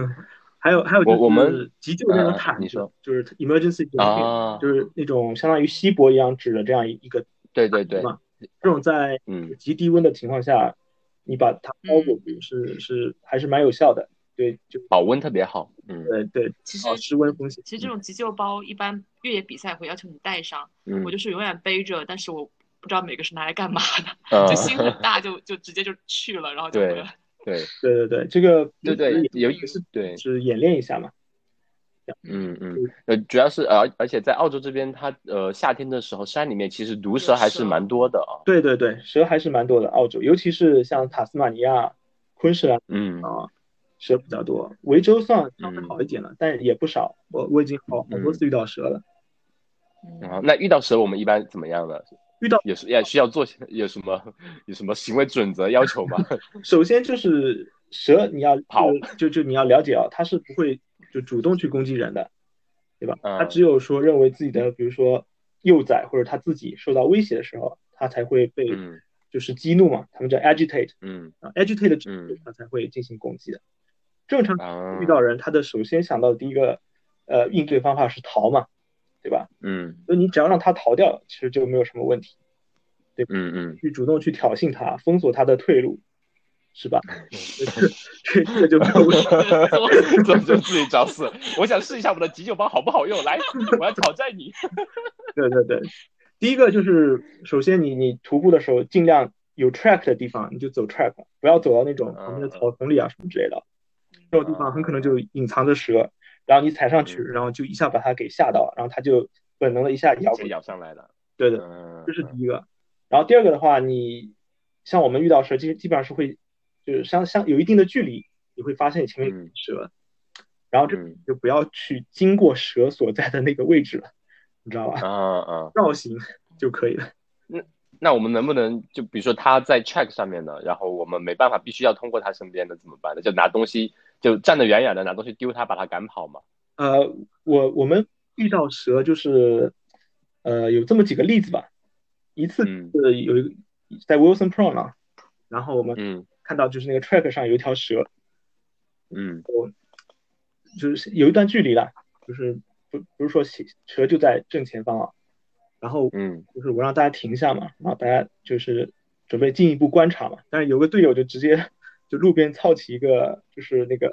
还有还有就我是我们急救那种呃毯你子说，就是 emergency blanket，啊，就是那种相当于锡箔一样纸的这样一个对对对，嘛，这种在嗯极低温的情况下，你把它包裹住是是还是蛮有效的。对，就保温特别好，嗯对对，其实保湿温风险。其实这种急救包一般越野比赛会要求你带上，嗯我就是永远背着，但是我不知道每个是拿来干嘛的，啊就心很大，就就直接就去了，然后就回来了。对对对对，这个对平对时，也有也是对，是演练一下嘛。嗯嗯，呃，主要是而、而且在澳洲这边，它呃夏天的时候，山里面其实毒蛇还是蛮多的啊。对对对，蛇还是蛮多的，澳洲，尤其是像塔斯马尼亚、昆士兰嗯啊，蛇比较多。维州算稍微嗯好一点了，但也不少。我我已经好好多次遇到蛇了，嗯然后那遇到蛇我们一般怎么样呢？遇到有也需要做些有什么有什么行为准则要求吗？ 首先就是蛇，你要跑就就就你要了解啊，它是不会就主动去攻击人的，对吧？嗯它只有说认为自己的，比如说幼崽或者它自己受到威胁的时候，它才会被嗯就是激怒嘛，他们叫 agitate 嗯啊，agitate 之后嗯它才会进行攻击的。正常啊 遇到人，他的首先想到的第一个呃应对方法是逃嘛，对吧？嗯所以你只要让它逃掉，其实就没有什么问题。嗯 嗯，去主动去挑衅它，封锁它的退路，是吧？ 这这这就没有问题。这就自己找死。 我想试一下我的急救包好不好用，来，我要挑战你。对对对，第一个就是，首先你你徒步的时候，尽量有 track 的地方你就走 track，不要走到那种旁边的嗯草丛里啊什么之类的，这种地方很可能就隐藏着蛇，然后你踩上去，嗯然后就一下把它给吓到，然后它就本能的一下咬过这去。咬上来 了。对的，嗯这是第一个。然后第二个的话，你像我们遇到蛇，基基本上是会就是相相有一定的距离，你会发现前面有嗯蛇，然后这嗯就不要去经过蛇所在的那个位置了，你知道吧？嗯嗯。造型就可以了。那我们能不能就比如说他在 track 上面呢，然后我们没办法，必须要通过他身边的怎么办呢？就拿东西，就站得远远的拿东西丢他，把他赶跑嘛。呃，我我们遇到蛇就是，呃，有这么几个例子吧。一次嗯是有一个在 Wilson Pond 啊，然后我们嗯看到就是那个 track 上有一条蛇，嗯就是有一段距离了，就是不不是说蛇就在正前方啊，然后嗯就是我让大家停下嘛，然后大家就是准备进一步观察嘛，但是有个队友就直接就路边操起一个就是 那个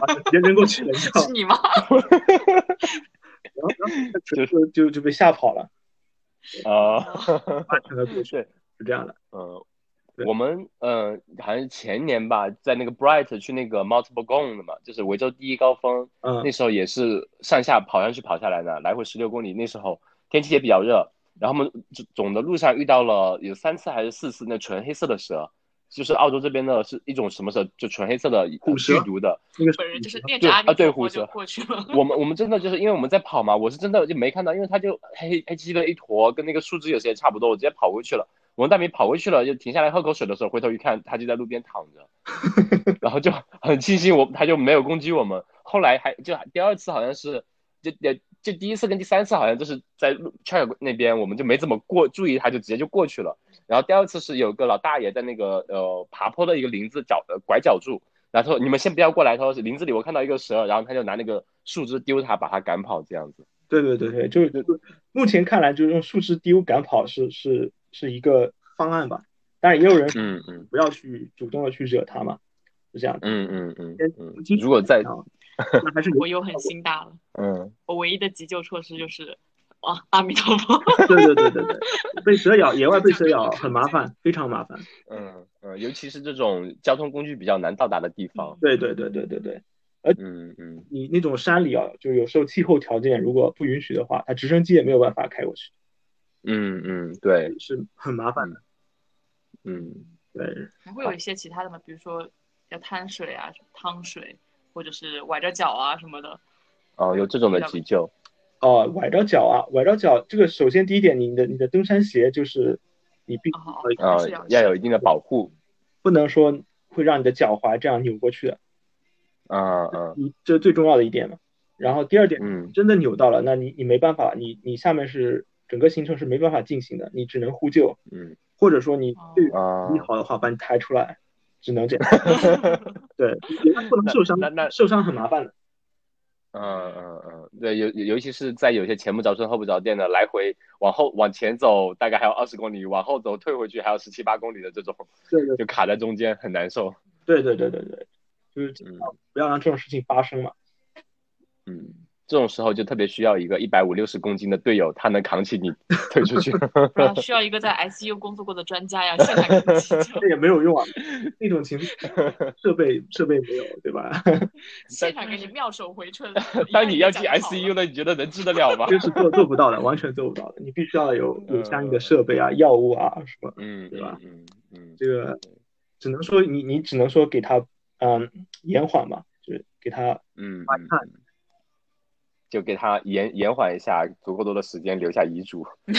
把手直接扔过去了，你知道是吗？你吗？然后然后就就就就被吓跑了，啊，发生了故事对是这样的，嗯，对我们呃好像是前年吧，在那个 Bright 去那个 Mount Bogon 的嘛，就是维州第一高峰，嗯那时候也是上下跑上去跑下来呢，来回十六公里。那时候天气也比较热，然后我们总总的路上遇到了有三次还是四次那纯黑色的蛇，就是澳洲这边的是一种什么蛇，就纯黑色的虎蛇剧毒的。那个本人就是是垫着阿对啊对弥陀胡佛子就过去了。 我们我们真的就是因为我们在跑嘛，我是真的就没看到，因为它就黑黑漆漆的一坨，跟那个树枝有些差不多，我直接跑过去了。我们大米跑过去了，就停下来喝口水的时候，回头一看，它就在路边躺着，然后就很庆幸我它就没有攻击我们。后来还就第二次好像是，就也就第一次跟第三次好像就是在路 track 那边，我们就没怎么过注意它，就直接就过去了。然后第二次是有个老大爷在那个呃爬坡的一个林子角呃拐角处，然后他说你们先不要过来，他说林子里我看到一个蛇，然后他就拿那个树枝丢他，把他赶跑这样子。对对对对，就是就是目前看来就是用树枝丢赶跑是是是一个方案吧，当然也有人说嗯嗯不要去主动的去惹它嘛，是这样的。嗯嗯嗯先嗯从基。础如果在上那还是有我又很心大了，嗯我唯一的急救措施就是，啊，阿弥陀佛。对对对对对，被蛇咬，野外被蛇咬很麻烦，非常麻烦。嗯嗯，尤其是这种交通工具比较难到达的地 方。对对对对对对，嗯嗯你那种山里啊，就有时候气候条件如果不允许的话，它直升机也没有办法开过去，嗯嗯，对，是很麻烦的。嗯对，还会有一些其他的嘛，比如说要滩水啊、汤水，或者是崴着脚啊什么的。哦，有这种的急救。哦，崴着脚啊，崴着脚，这个首先第一点，你的你的登山鞋就是你必哦，好啊、还是要要有一定的保护。不能说会让你的脚踝这样扭过去的，啊啊你这是最重要的一点嘛。然后第二点，嗯真的扭到了，那你你没办法，你你下面是整个行程是没办法进行的，你只能呼救，嗯或者说你对啊，你好的话把你抬出来，只能这样。对，也不能受伤那那，受伤很麻烦的。嗯嗯嗯，对，尤尤尤其是在有些前不着村后不着店的，来回往后往前走大概还有二十公里，往后走退回去还有十七八公里的这种，对对就卡在中间很难受。对对对对对，就是尽量不要让这种事情发生嘛。嗯，这种时候就特别需要一个一百五六十公斤的队友，他能扛起你推出 去。不嗯然需要一个在 ICU 工作过的专家呀，现场给你 急救，那也没有用啊，那 种情况设备设备没有，对吧？ 现场给你妙手回春。 当你要进进 ICU 了，你觉得能治得了吗？这是做做不到的，完全做不到的。你必须要有有相应的设备啊、药物啊什么，嗯，对吧嗯嗯这个只能说你你只能说给他嗯延缓吧，就是给他嗯嗯观看嗯，就给他延延缓一下，足够多的时间留下遗嘱。你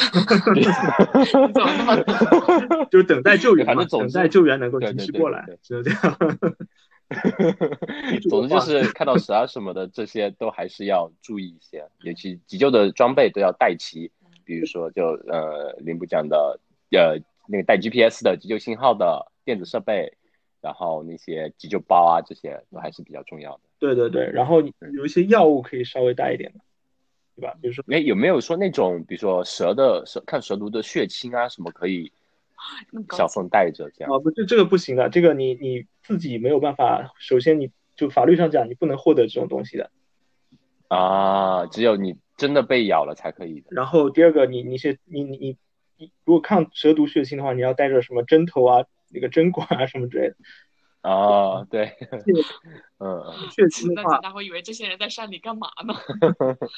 怎么那 么 就是等待救援反嘛，正总等之待救援能够对及对时对过对来对，只能这 样。总之就是看到蛇啊什么的，这些都还是要注意一些，尤其急救的装备都要带齐，比如说就呃林部讲的呃那个带 GPS 的急救信号的电子设备，然后那些急救包啊这些都还是比较重要的。对对对，然后嗯有一些药物可以稍微带一点的，对吧？比如说，哎，有没有说那种比如说蛇的蛇看蛇毒的血清啊什么可以那么高小级缝带着这样？啊，不，这这个不行的，这个你你自己没有办法。首先，你就法律上讲，你不能获得这种东西的。啊，只有你真的被咬了才可以的。然后第二个，你你是你你你你，如果抗蛇毒血清的话，你要带着什么针头啊、那个针管啊什么之类的。啊，对，这个 嗯，嗯， 血清的那话警，察会以为这些人在山里干嘛呢？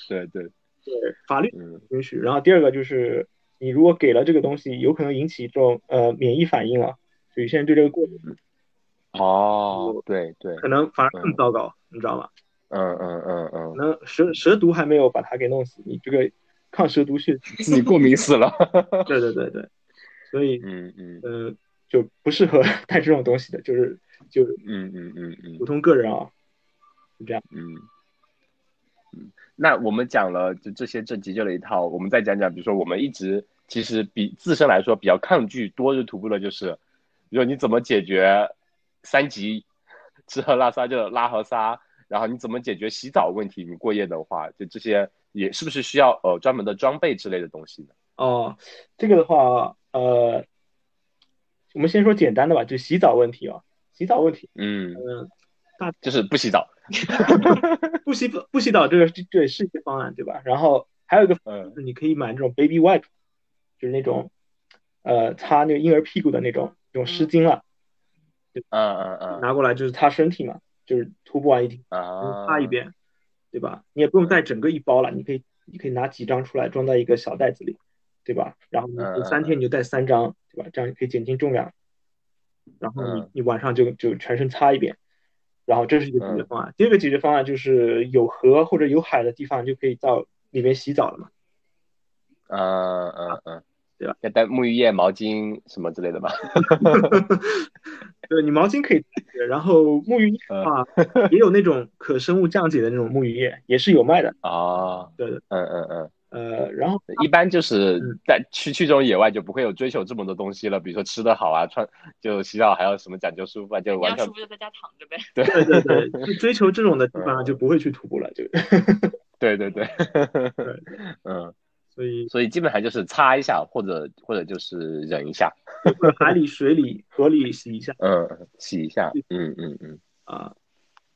对对，对法律嗯允许。然后第二个就是，你如果给了这个东西，有可能引起这种呃免疫反应了，就有些人对这个过敏，哦，对对，可能反而更糟糕，你知道吗？嗯嗯嗯嗯可能蛇蛇毒还没有把它给弄死，你这个抗蛇毒血 剂。自己过敏死了。对对对对，所以嗯嗯呃就不适合 带这种东西的，就是就嗯嗯嗯嗯普通个人啊，就这样。嗯嗯。那我们讲了就这些症急救的一套，我们再讲讲，比如说我们一直其实比自身来说比较抗拒多日徒步的，就是，比如说你怎么解决三级吃喝拉撒就拉和撒，然后你怎么解决洗澡问题？你过夜的话，就这些也是不是需要呃专门的装备之类的东西呢？哦，这个的话，呃，我们先说简单的吧，就洗澡问题啊，洗澡问题，嗯，嗯、就是不洗澡，不洗不洗澡这个这这也是一个方案，对吧？然后还有一个方案嗯就是你可以买那种 baby wipe，就是那种呃擦那个婴儿屁股的那种那种湿巾了，嗯嗯嗯拿过来就是擦身体嘛，就是涂布完一天，啊，擦一遍，对吧？你也不用带整个一包了，你可以你可以拿几张出来装在一个小袋子里，对吧？然后你嗯嗯三天你就带三张，对吧？这样你可以减轻重量，然后你嗯你晚上就就全身擦一遍，然后这是一个解嗯决方案。第二个解决方案就是有河或者有海的地方就可以到里面洗澡了嘛。嗯嗯嗯，对吧？要带沐浴液、毛巾什么之类的吧？对，你毛巾可以带着，然后沐浴液的话嗯也有那种可生物降解的那种沐浴液，也是有卖的。哦，对的，嗯嗯嗯。呃，然后一般就是嗯在去去这种野外就不会有追求这么多东西了，比如说吃的好啊，穿就洗澡还有什么讲究舒服啊，就你完要全舒服就在家躺着呗。 对对 对，就追求这种的地嗯方就不会去徒步了，就对对对，对 嗯，所以所以基本上就是擦一下或者或者就是忍一下，或者海里、水里、河里洗一下嗯，洗一下，嗯嗯嗯啊。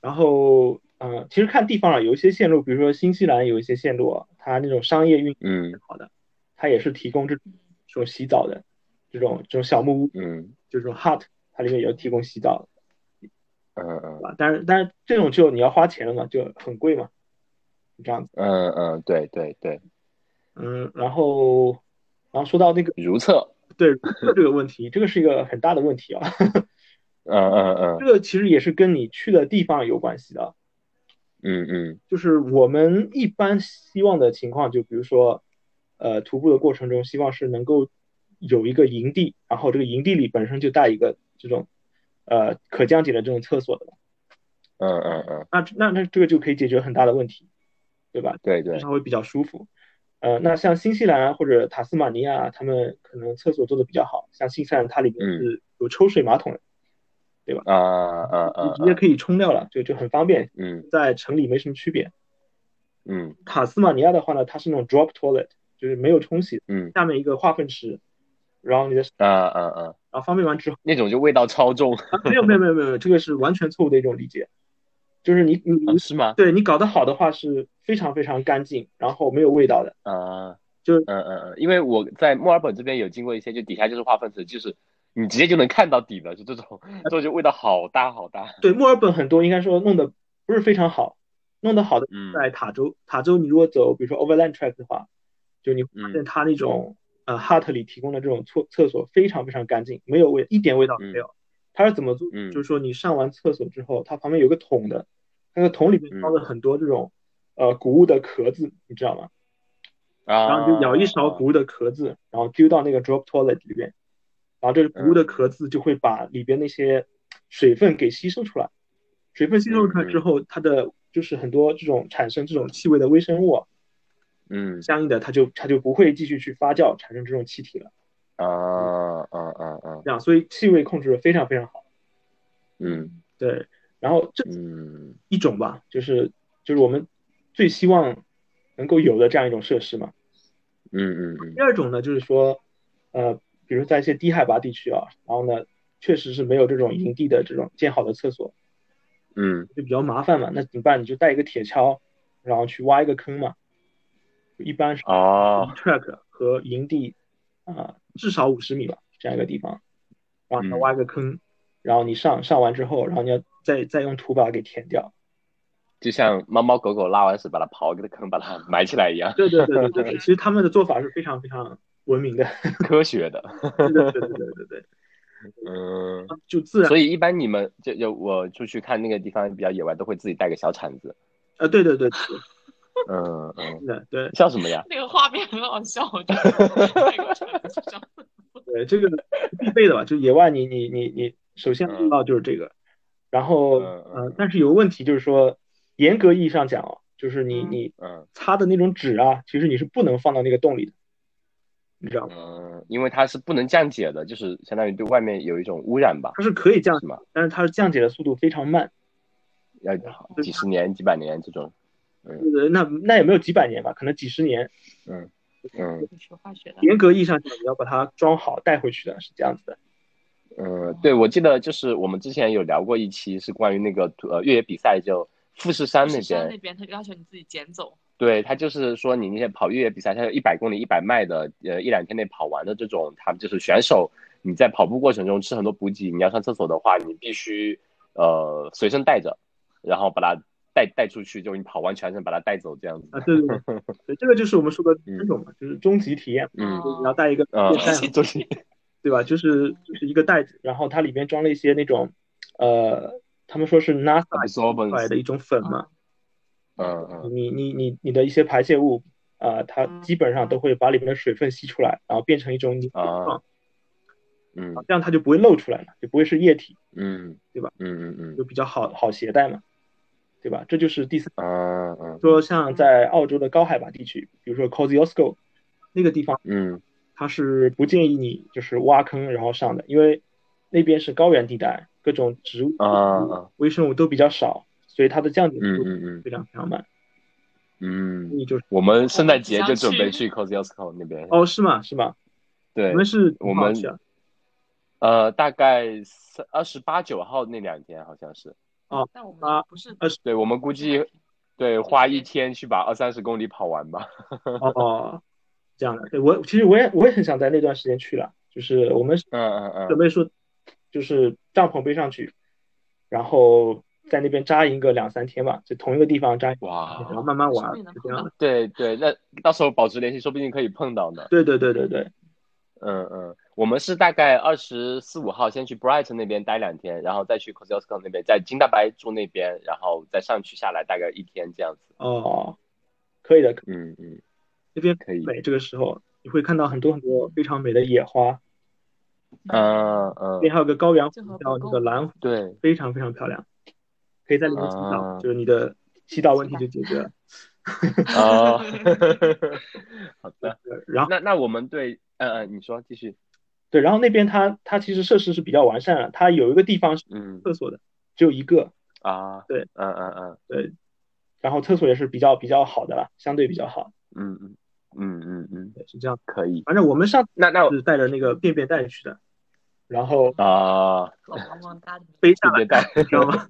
然后，嗯、其实看地方啊，有一些线路，比如说新西兰有一些线路啊，它那种商业运营嗯好的，它也是提供这这种洗澡的，这种这种小木屋，嗯就这种 hut，它里面有提供洗澡，嗯嗯对嗯吧？但是但是这种就你要花钱了嘛，就很贵嘛，这样子。嗯嗯，对对对，嗯，然后然后说到那个如厕，对这个问题，这个是一个很大的问题啊。 嗯嗯嗯这个其实也是跟你去的地方有关系的。啊嗯嗯就是我们一般希望的情况，就比如说，呃，徒步的过程中，希望是能够有一个营地，然后这个营地里本身就带一个这种，呃，可降解的这种厕所的。嗯嗯嗯，那那那这个就可以解决很大的问题，对吧？对对，它会比较舒服。呃，那像新西兰啊或者塔斯马尼亚，啊他们可能厕所做的比较好，像新西兰它里面嗯是有抽水马桶的，啊啊啊你，直接啊可以冲掉了，就就很方便，嗯在城里没什么区别。嗯塔斯马尼亚的话呢，它是那种 drop toilet，就是没有冲洗，嗯下面一个化粪池，然后你的，啊啊啊，然后方便完之后，那种就味道超重，啊没有没有没有没有，这个是完全错误的一种理解，就是你你你 是吗？对你搞得好的话是非常非常干净，然后没有味道的，啊，就嗯嗯嗯，因为我在墨尔本这边有经过一些，就底下就是化粪池，就是你直接就能看到底了，就这 种，这种就味道好大好大。对，墨尔本很多应该说弄得不是非常好，弄得好的嗯在塔州，塔州你如果走比如说 overland track 的话，就你会发现嗯它那种呃 hut 里提供的这种厕厕所非常非常干净，没有味一点味道都没有。它是怎么做？嗯就是说你上完厕所之后，它旁边有个桶的，那个桶里嗯面装了很多这种呃谷物的壳子，你知道吗？啊，然后就舀一勺谷物的壳子，然后丢到那个 drop toilet 里边，然后这个谷嗯物的壳子就会把里边那些水分给吸收出来，水分吸收嗯出来之后，它的就是很多这种产生这种气味的微生物啊，嗯相应的它就它就不会继续去发酵产生这种气体了，啊啊啊啊，这样所以气味控制的非常非常好。嗯对，然后这嗯一种吧，就是就是我们最希望能够有的这样一种设施嘛。嗯嗯嗯第二种呢，就是说，呃，比如在一些低海拔地区啊，然后呢，确实是没有这种营地的这种建好的厕所，嗯就比较麻烦嘛。那怎么办？你就带一个铁锹，然后去挖一个坑嘛。一般是哦， track 和营地啊、至少五十米吧，这样一个地方，然后嗯它挖一个坑，然后你上上完之后，然后你要再再用土把它给填掉。就像猫猫狗狗拉完屎把它刨个坑把它埋起来一样， 对对对对对 对，其实他们的做法是非常非常文明 的。科学的。对对对对对对，嗯，就自然所以一般你们就就我出去看那个地方比较野外，都会自己带个小铲子。呃啊，对对对，嗯嗯，是的，对笑什么呀？那个画面很好笑，我觉得那个场景 对，这个必备的吧，就野外你你你你首先嗯遇到就是这个，然后嗯嗯呃，但是有个问题就是说，严格意义上讲啊，就是你嗯你嗯擦的那种纸啊，其实你是不能放到那个洞里的，你知道吗？嗯，因为它是不能降解的，就是相当于对外面有一种污染吧，它是可以降是，吗？但是它降解的速度非常慢，要几十年、几百年这种。呃，那那也没有几百年吧，可能几十年。嗯嗯你学化学的，严格意义上讲，你要把它装好带回去的，是这样子的。嗯，对，我记得就是我们之前有聊过一期是关于那个呃越野比赛，就富士山那是山边，那边他要求你自己捡走，对他就是说，你那些跑越野比赛，它有一百公里、一百迈的，呃，一两天内跑完的这种，他们就是选手，你在跑步过程中吃很多补给，你要上厕所的话，你必须呃随身带着，然后把它带带出去，就是你跑完全程把它带走这样子。啊，对对对，对，这个就是我们说的那种嘛，就是终极体验嘛，嗯就是你要带一个嗯越战， 就是对吧？就是就是一个袋子，然后它里面装了一些那种，呃，他们说是 NASA 出来 absorbance，的一种粉嘛，嗯嗯你你你你的一些排泄物，啊、它基本上都会把里面的水分吸出来，然后变成一种凝啊状，嗯这样它就不会漏出来嘛，就不会是液体，嗯，对吧？嗯嗯嗯就比较好好携带嘛，对吧？这就是第三。啊嗯说像在澳洲的高海拔地区，比如说 Kosciuszko 那个地方，嗯它是不建议你就是挖坑然后上的，因为那边是高原地带，各种植物、啊啊微生物都比较少，所以它的降解嗯速度嗯嗯非常非常慢。所嗯，以就是我们圣诞节就准备去 Kosciuszko 那边，哦，是吗？是吗？对你，们是我们多少去啊呃，大概三二十八九号那两天好像是。但我们啊不是二十对，我们估计对花一天去把二三十公里跑完吧。哦哦，这样的。对我其实我也我也很想在那段时间去了，就是我们嗯嗯准备说就是帐篷背上去，然后在那边扎营个两三天吧，就同一个地方扎哦营。然后哇，慢慢玩说不定，能是这样的。对对，那到时候保持联系，说不定可以碰到呢。对对对对对，嗯嗯，我们是大概二十四五号先去 Brighton 那边待两天，然后再去 Kosciuszko 那边，在金大白住那边，然后再上去下来大概一天这样子。哦，可以的，嗯嗯，那边可以。美，这个时候你会看到很多很多非常美的野花，嗯那嗯，边还有个高原湖这和叫那故宫个蓝湖，对，非常非常漂亮，可以在里面洗澡，啊就是你的洗澡问题就解决了。啊， 好的。对然后那那我们对，嗯嗯，你说继续。对，然后那边它它其实设施是比较完善了，它有一个地方是嗯厕所的，只有一个，啊，对，嗯嗯嗯。对，然后厕所也是比较比较好的了，相对比较好，嗯嗯嗯嗯嗯，对，是这样。可以。反正我们上那那次是带着那个便便袋去的，然后啊，好萌萌哒的，背下就别来，带， 你知道吗？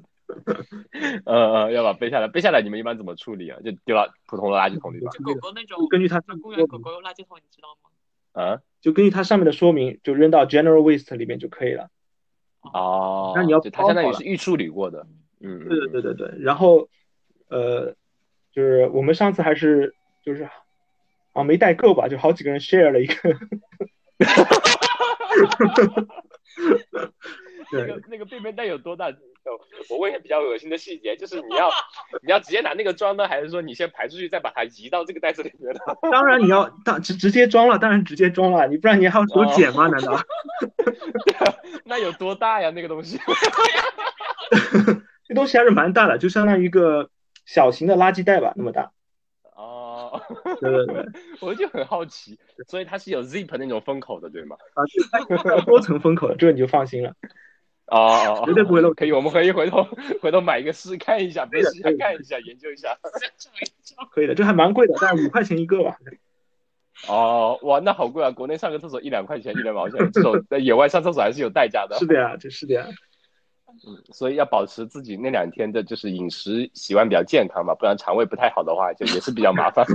呃呃，要把背下来，背下来你们一般怎么处理啊？就丢到普通的垃圾桶里吧？就狗狗那种就，根据它那公园狗狗垃圾桶，你知道 吗？啊就根据它上面的说明，就扔到 general waste 里面就可以了。哦，那你要就它相当包好于了是预处理过的，嗯，嗯对对对对对。然后，呃，就是我们上次还是就是啊没带够吧，就好几个人 share 了一个。那对个那个便便袋有多大？哦我问一个比较恶心的细节，就是你要你要直接拿那个装呢，还是说你先排出去，再把它移到这个袋子里面呢？当然你要当直直接装了，当然直接装了，你不然你还要手捡吗？难 道？那有多大呀？那个东西？ 这东西还是蛮大的，就相当于一个小型的垃圾袋吧，那么大。哦， 对对对，我就很好奇，所以它是有 zip 那种封口的，对吗？啊，是它有多层封口的，这个你就放心了。哦哦，哦绝对不会漏可以，我们可以回头回头买一个试看一下，不对是的试一下对的看一下，研究一下。可以的，这还蛮贵的，但五块钱一个吧。哦，哇，那好贵啊！国内上个厕所一两块钱，一两毛钱，这种在野外上厕所还是有代价的是。的呀，这是的呀。嗯，所以要保持自己那两天的就是饮食习惯比较健康嘛，不然肠胃不太好的话，就也是比较麻烦。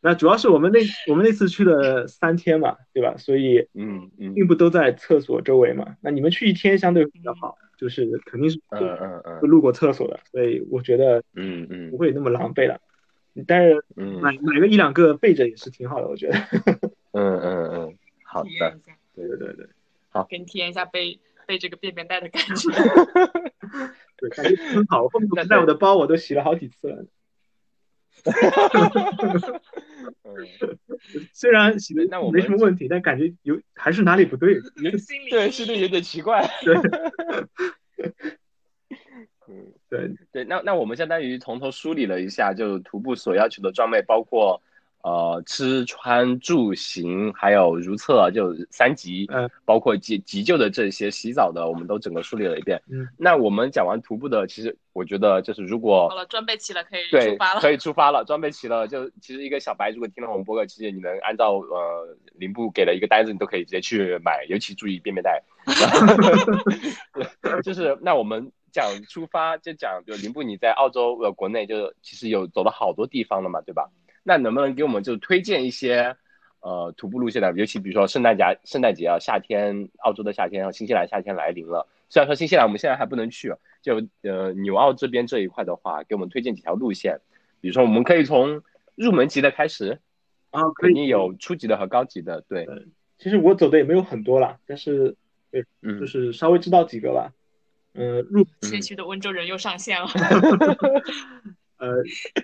那主要是我们那我们那次去了三天嘛，对吧？所以嗯嗯并不都在厕所周围嘛。那你们去一天相对比较好，就是肯定是嗯嗯嗯会路过厕所的，所以我觉得嗯嗯不会那么狼狈了。但是嗯买买个一两个备着也是挺好的，我觉得。嗯嗯嗯，好体的验，一下，对对对对给你体验一下背背这个便便袋的感 觉。 对，感觉很好。我后面我带我的包我都洗了好几次了。嗯，虽然写的那我们没什么问题，但感觉有还是哪里不对。有心理对，阴是的，影有点奇怪。对，嗯，对，对，那那我们相当于从头梳理了一下，就徒步所要求的装备，包括呃吃穿住行，还有如厕，就三级，嗯，包括急急救的这些，洗澡的，我们都整个梳理了一遍。嗯，那我们讲完徒步的，其实我觉得就是如好果了，装备齐了，可以对出发了。可以出发了，装备齐了，就其实一个小白如果听了我们播客，其实你能按照呃林布给了一个单子，你都可以直接去买，尤其注意便便 袋。 就是那我们讲出发，就讲就林布你在澳洲呃国内就其实有走了好多地方了嘛，对吧？那能不能给我们就推荐一些呃徒步路线呢？尤其比如说圣诞节，圣诞节啊，夏天澳洲的夏天，啊，新西兰夏天来临了。虽然说新西兰我们现在还不能去，啊就呃纽澳这边这一块的话，给我们推荐几条路线，比如说我们可以从入门级的开始，啊，可肯以定有初级的和高级的，对，其实我走的也没有很多啦，但是嗯就，是稍微知道几个吧。嗯、入谦虚的温州人又上 线了。呃，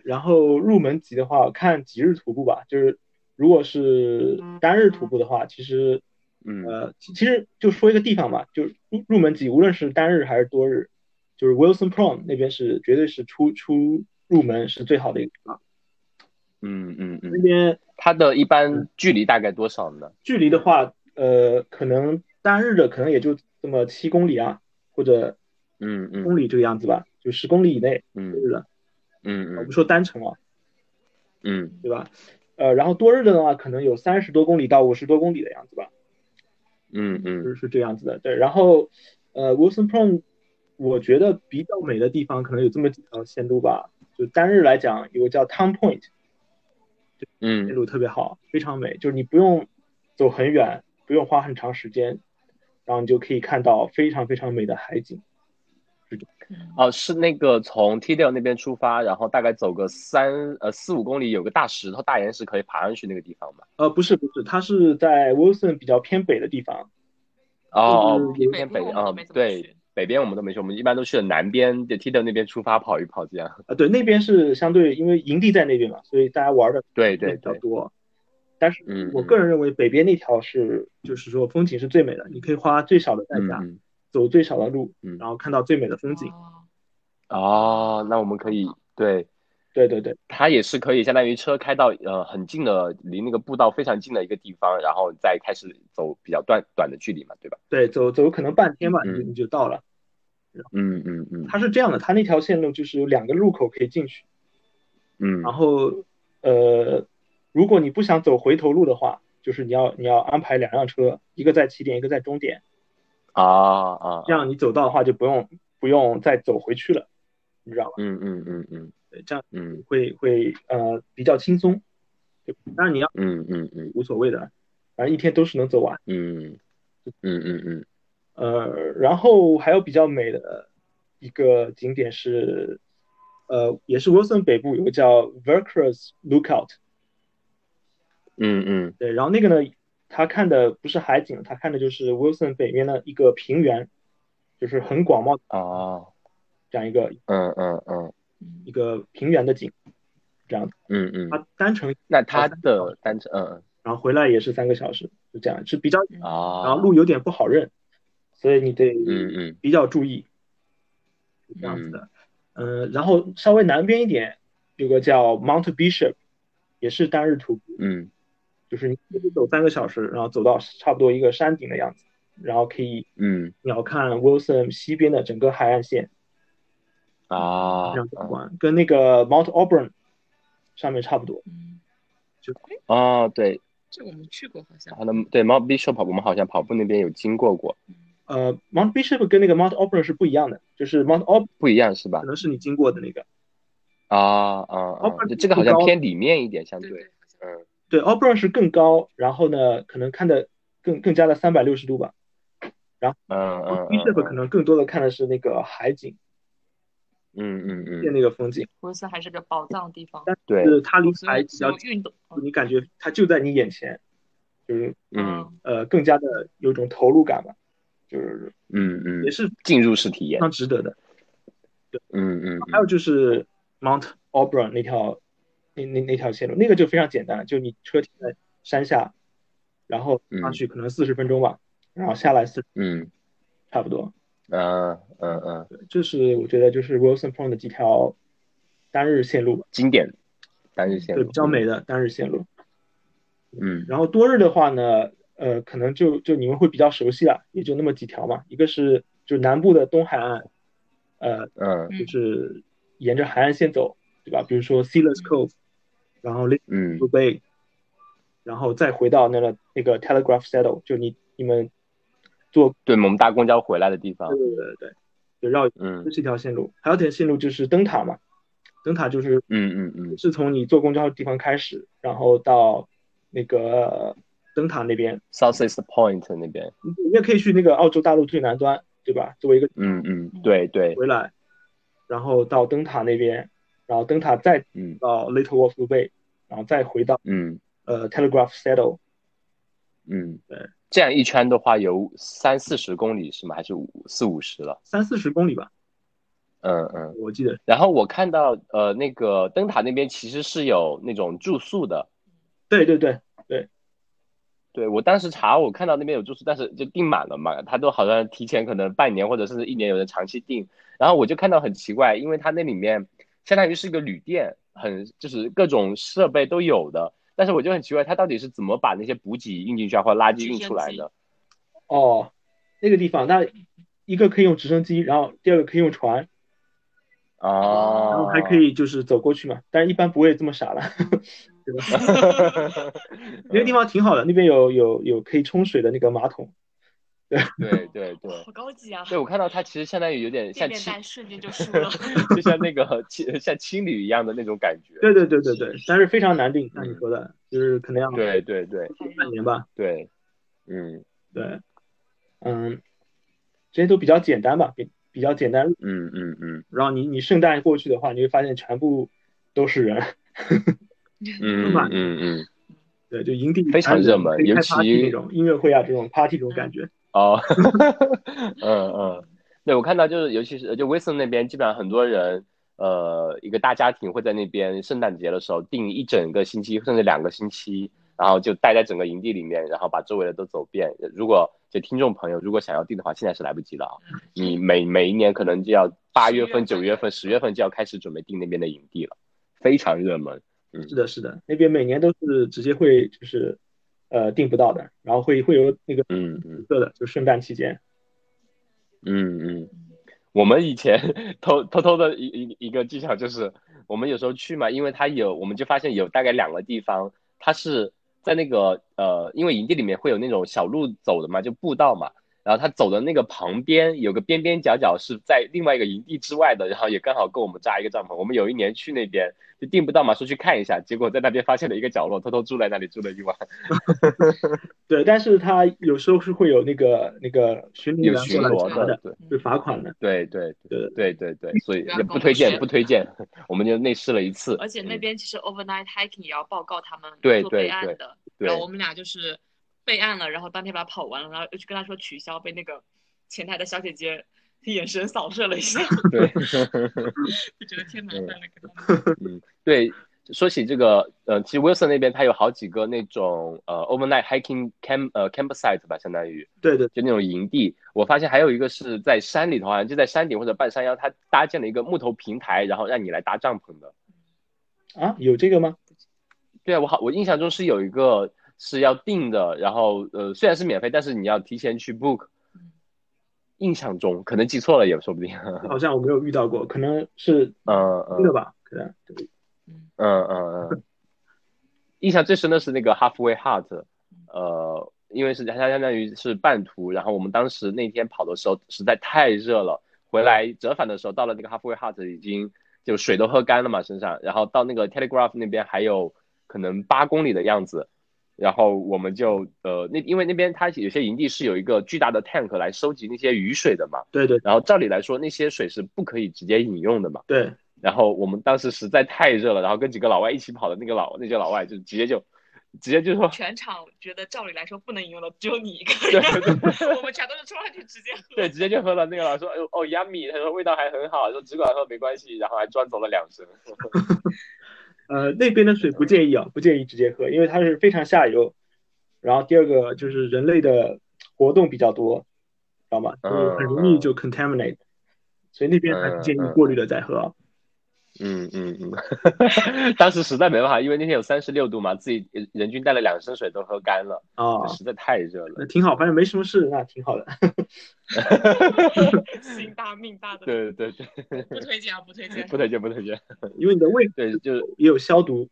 然后入门级的话，看几日徒步吧。就是如果是单日徒步的话，其实嗯呃，其其实就说一个地方吧，就是入入门级，无论是单日还是多日，就是 Wilson Prom 那边是绝对是出出入门是最好的一个地方。嗯嗯嗯那，边它的一般距离大概多少呢？距离的话，呃，可能单日的可能也就这么七公里啊，或者嗯嗯公里这个样子吧，就十公里以内嗯单日的。嗯我嗯们说单程啊，嗯对吧？呃，然后多日的话，可能有三十多公里到五十多公里的样子吧。嗯嗯是是这样子的，对。然后，呃，Wilson Prom，我觉得比较美的地方可能有这么几条线路吧。就单日来讲，有个叫 Town Point 线嗯路特别好，非常美，就是你不用走很远，不用花很长时间，然后你就可以看到非常非常美的海景。嗯哦，是那个从 T 六那边出发，然后大概走个三呃四五公里，有个大石头、大岩石可以爬上去那个地方嘛？呃，不是不是，它是在 Wilson 比较偏北的地方，哦嗯哦，有偏北北部我啊们都没，怎么去对，北边我们都没去，我们一般都去了南边，就 T 六那边出发跑一跑这样。呃，对，那边是相对因为营地在那边嘛，所以大家玩的对对比较对，多。但是嗯我嗯个人认为北边那条是，就是说风景是最美的，你可以花最少的代嗯价，嗯，走最少的路，嗯然后看到最美的风景。哦哦，那我们可以对。对对对，它也是可以相当于车开到呃很近的，离那个步道非常近的一个地方，然后再开始走比较短短的距离嘛，对吧？对，走走可能半天吧，嗯你就你就到了。嗯嗯嗯它是这样的，它那条线路就是有两个路口可以进去，嗯然后呃，如果你不想走回头路的话，就是你要你要安排两辆车，一个在起点，一个在终点，啊啊，这样你走到的话就不用不用再走回去了，你知道吧？嗯嗯嗯嗯对，这样嗯会会呃比较轻松。对，当然你要嗯嗯嗯无所谓的，反正一天都是能走完。嗯嗯嗯嗯，呃，然后还有比较美的一个景点是，呃，也是 Wilson 北部有个叫 Veracruz Lookout，嗯嗯对，然后那个呢，他看的不是海景，他看的就是 Wilson 北面的一个平原，就是很广袤的哦，这样一个嗯嗯嗯嗯一个平原的景，这样嗯嗯，它单程，那它的单程，嗯然后回来也是三个小时，就这样，是比较，嗯然后啊，路有点不好认，所以你得嗯嗯比较注意，是这样子的。嗯、然后稍微南边一点有个叫 Mount Bishop，也是单日徒步，嗯就是你一直走三个小时，然后走到差不多一个山顶的样子，然后可以嗯鸟瞰 Wilson 西边的整个海岸线，啊嗯这样哦子观，跟那个 Mount Auburn 上面差不多。嗯，啊，对，这我们去过好像。好的，对，Mount Bishop 我们好像跑步那边有经过过，呃，Mount Bishop 跟那个 Mount Auburn 是不一样的，就是 Mount Auburn 不一样是吧可？能是你经过的那个，啊啊啊！就这个好像偏里面一点，相对对，对，好像嗯对，Auburn 是更高，然后呢，可能看的更更加的三百六十度吧。嗯嗯 Bishop 可能更多的看的是那个海景，嗯嗯嗯，见那个风景，波斯还是个宝藏地方，但对，是它离所海有比较所有近，运动，你感觉它就在你眼前，就是嗯呃更加的有一种投入感吧，就是嗯也嗯，是非进入式体验，常值得的。嗯嗯还有就是 Mount Auburn 那条那那那条线路，那个就非常简单了，就你车停在山下，然后上去可能四十分钟吧，然后下来四嗯差不多。嗯嗯嗯，这是我觉得就是 Wilson Point 的几条单日线路吧，经典单日线对，路比较，美的单日线路。嗯然后多日的话呢，呃，可能就就你们会比较熟悉了，也就那么几条嘛。一个是就南部的东海岸，呃，嗯就是沿着海岸线走，对吧？比如说 Sealess Cove，然后 Little 嗯 Bay，然后再回到那个那个 Telegraph Saddle，就你你们坐对，我们搭公交回来的地方对，对对对，就绕嗯这是一条线路。还有一条线路就是灯塔嘛，灯塔就是嗯嗯嗯是从你坐公交的地方开始，然后到那个灯塔那边。 ，Southeast Point 那边，你也可以去那个澳洲大陆最南端，对吧？作为一个嗯嗯，对对，回来，然后到灯塔那边，然后灯塔再嗯到 Little Wolf Bay，然后再回到嗯呃 Telegraph Saddle，嗯对，这样一圈的话有三四十公里是吗？还是五四五十了？三四十公里吧，嗯嗯。我记得。然后我看到呃那个灯塔那边其实是有那种住宿的，对对对，对，我当时查，我看到那边有住宿，但是就订满了嘛，他都好像提前可能半年或者甚至一年有人长期订，然后我就看到很奇怪，因为它那里面相当于是一个旅店，很就是各种设备都有的，但是我就很奇怪，它到底是怎么把那些补给运进去啊，或者垃圾运出来的？哦，那个地方，那一个可以用直升机，然后第二个可以用船，哦然后啊，还可，以就是走过去嘛，但是一般不会这么 傻了。那个地方挺好的，那边有有有可以冲水的那个马桶，对对对好高级啊！对，我看到它其实相当于有点变像变青，蛋瞬间就输 了。就像那个青像青旅一样的那种感觉。对对对对嗯对，但是非常难定，像你说的，就是可能要对对对半年吧，对，嗯对，嗯，这些都比较简单吧，比比较简单。嗯嗯嗯然后你你圣诞过去的话，你会发现全部都是人，嗯嗯嗯。对，就营地非常热门可以开尤其 party 那种音乐会啊，这种 party 这种感觉。哦， 嗯嗯，对，我看到就是，尤其是就 Wilson 那边，基本上很多人，呃，一个大家庭会在那边圣诞节的时候订一整个星期，甚至两个星期，然后就待在整个营地里面，然后把周围的都走遍。如果就听众朋友如果想要订的话，现在是来不及了啊！你每每一年可能就要八月份、九月份、十月份就要开始准备订那边的营地了，非常热门。是的，是的，那边每年都是直接会就是呃订不到的，然后会会有那个嗯嗯。紫色的，就圣诞期间。嗯嗯，我们以前 偷偷偷的一一一个技巧就是，我们有时候去嘛，因为它有，我们就发现有大概两个地方，它是在那个呃，因为营地里面会有那种小路走的嘛，就步道嘛，然后它走的那个旁边有个边边角角是在另外一个营地之外的，然后也刚好够我们扎一个帐篷。我们有一年去那边就订不到嘛，说去看一下，结果在那边发现了一个角落，偷偷住在那里住了一晚，对，但是他有时候是会有那个那个巡逻有员巡过来逻查的，对。嗯是罚款的。对对对对对对，所以不也要跟不我推荐，学不推荐， 我们就内试了一次。而且那边其实 overnight hiking 也要报告他们嗯对做对备案对的。对然后我们俩就是备案了，然后当天把它跑完了，然后又去跟他说取消，被那个前台的小姐姐眼神扫射了一 下，嗯对就觉得天哪，嗯算了，给他 们对，说起这个，呃，其实 Wilson 那边它有好几个那种呃 overnight hiking camp 呃 campsite 吧，相当于对对就那种营地。我发现还有一个是在山里头，好啊像就在山顶或者半山腰，它搭建了一个木头平台，然后让你来搭帐篷的。啊，有这个吗？对啊，我好，我印象中是有一个是要订的，然后呃虽然是免费，但是你要提前去 book。印象中可能记错了也说不定。好像我没有遇到过，可能是嗯那个嗯吧，可能嗯嗯嗯，印象最深的是那个 Halfway Heart，呃，因为是它相当于是半途，然后我们当时那天跑的时候实在太热了，回来折返的时候到了那个 Halfway Heart 已经就水都喝干了嘛身上，然后到那个 Telegraph 那边还有可能八公里的样子，然后我们就呃那因为那边它有些营地是有一个巨大的 tank 来收集那些雨水的嘛，对对然后照理来说那些水是不可以直接饮用的嘛。对，然后我们当时实在太热了，然后跟几个老外一起跑的那个老那些老外就直接就直接就说全场觉得照理来说不能饮用的只有你一个对人，对我们全都是冲上去直接喝。 对，直接就喝了。那个老师说，哎呦哦，yummy，他说味道还很好，说只管喝没关系，然后还装走了两升。呃，那边的水不建议啊，不建议直接喝，因为它是非常下游。然后第二个就是人类的活动比较多，知道吗？嗯就是很容易就 contaminate，、所以那边还是建议过滤了再喝啊。 嗯嗯嗯， 当时实在没办法，因为那天有三十六度嘛，自己人均带了两升水都喝干了，啊，实在太热了。那挺好，反正没什么事，那挺好的。心大命大的，对对对，不推荐啊，不推 荐。不推荐不推荐。因为你的胃对，就是也有消毒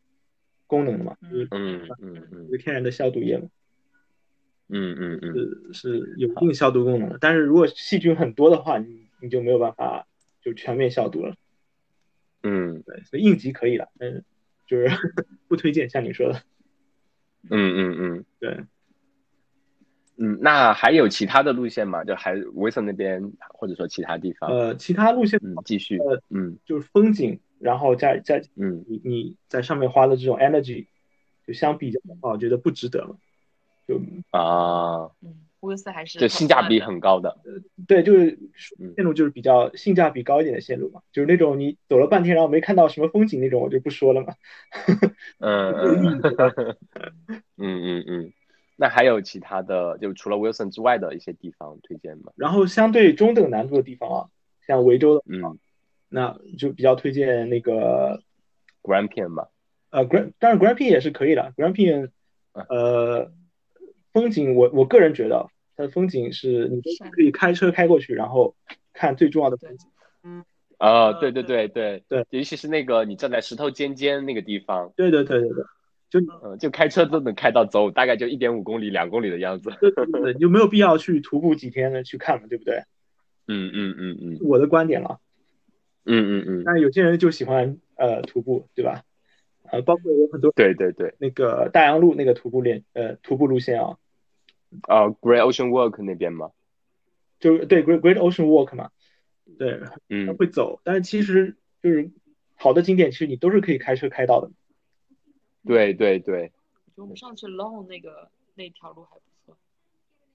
功能的嘛，嗯就是嗯嗯嗯有天然的消毒液嘛，嗯嗯嗯，是是有一定消毒功能的。但是如果细菌很多的话，你你就没有办法就全面消毒了。嗯对，所以应急可以了，但是就是 不推荐，像你说的，嗯嗯嗯对。嗯，那还有其他的路线吗？就还维森那边，或者说其他地方？呃，其他路线呃嗯，继续。嗯就是风景，然后再再嗯你你在上面花的这种 energy，就相比较的话，我觉得不值得了。就啊，嗯，乌斯还是就性价比很很高 的。对，就是嗯线路就是比较性价比高一点的线路嘛，就是那种你走了半天然后没看到什么风景那种，我就不说了嘛。嗯嗯 嗯嗯嗯。那还有其他的，就除了 Wilson 之外的一些地方推荐吗？然后相对中等难度的地方啊，像维州的，嗯那就比较推荐那个，Grand p i a n 嘛。呃 Grand，当然 Grand p i a n 也是可以的，Grand p i a n 嗯呃风景我我个人觉得它的风景是你都是可以开车开过去，然后看最重要的风景。啊、呃对对对对对，尤其是那个你站在石头尖尖那个地方，对对对对对，就你嗯、就开车都能开到走，大概就一点五公里、两公里的样子。 对对对，你就没有必要去徒步几天的去看嘛，对不对？嗯嗯嗯嗯我的观点了。嗯嗯嗯，但有些人就喜欢呃徒步，对吧？呃，包括有很多对对对，那个大洋路那个徒步链呃徒步路线啊，啊、g r e a t Ocean Walk 那边嘛，就是对 Great Great Ocean Walk 嘛，对，他嗯会走。但是其实就是好的景点，其实你都是可以开车开到的。对对对，我觉得我们上次 long 那个那条路还不错，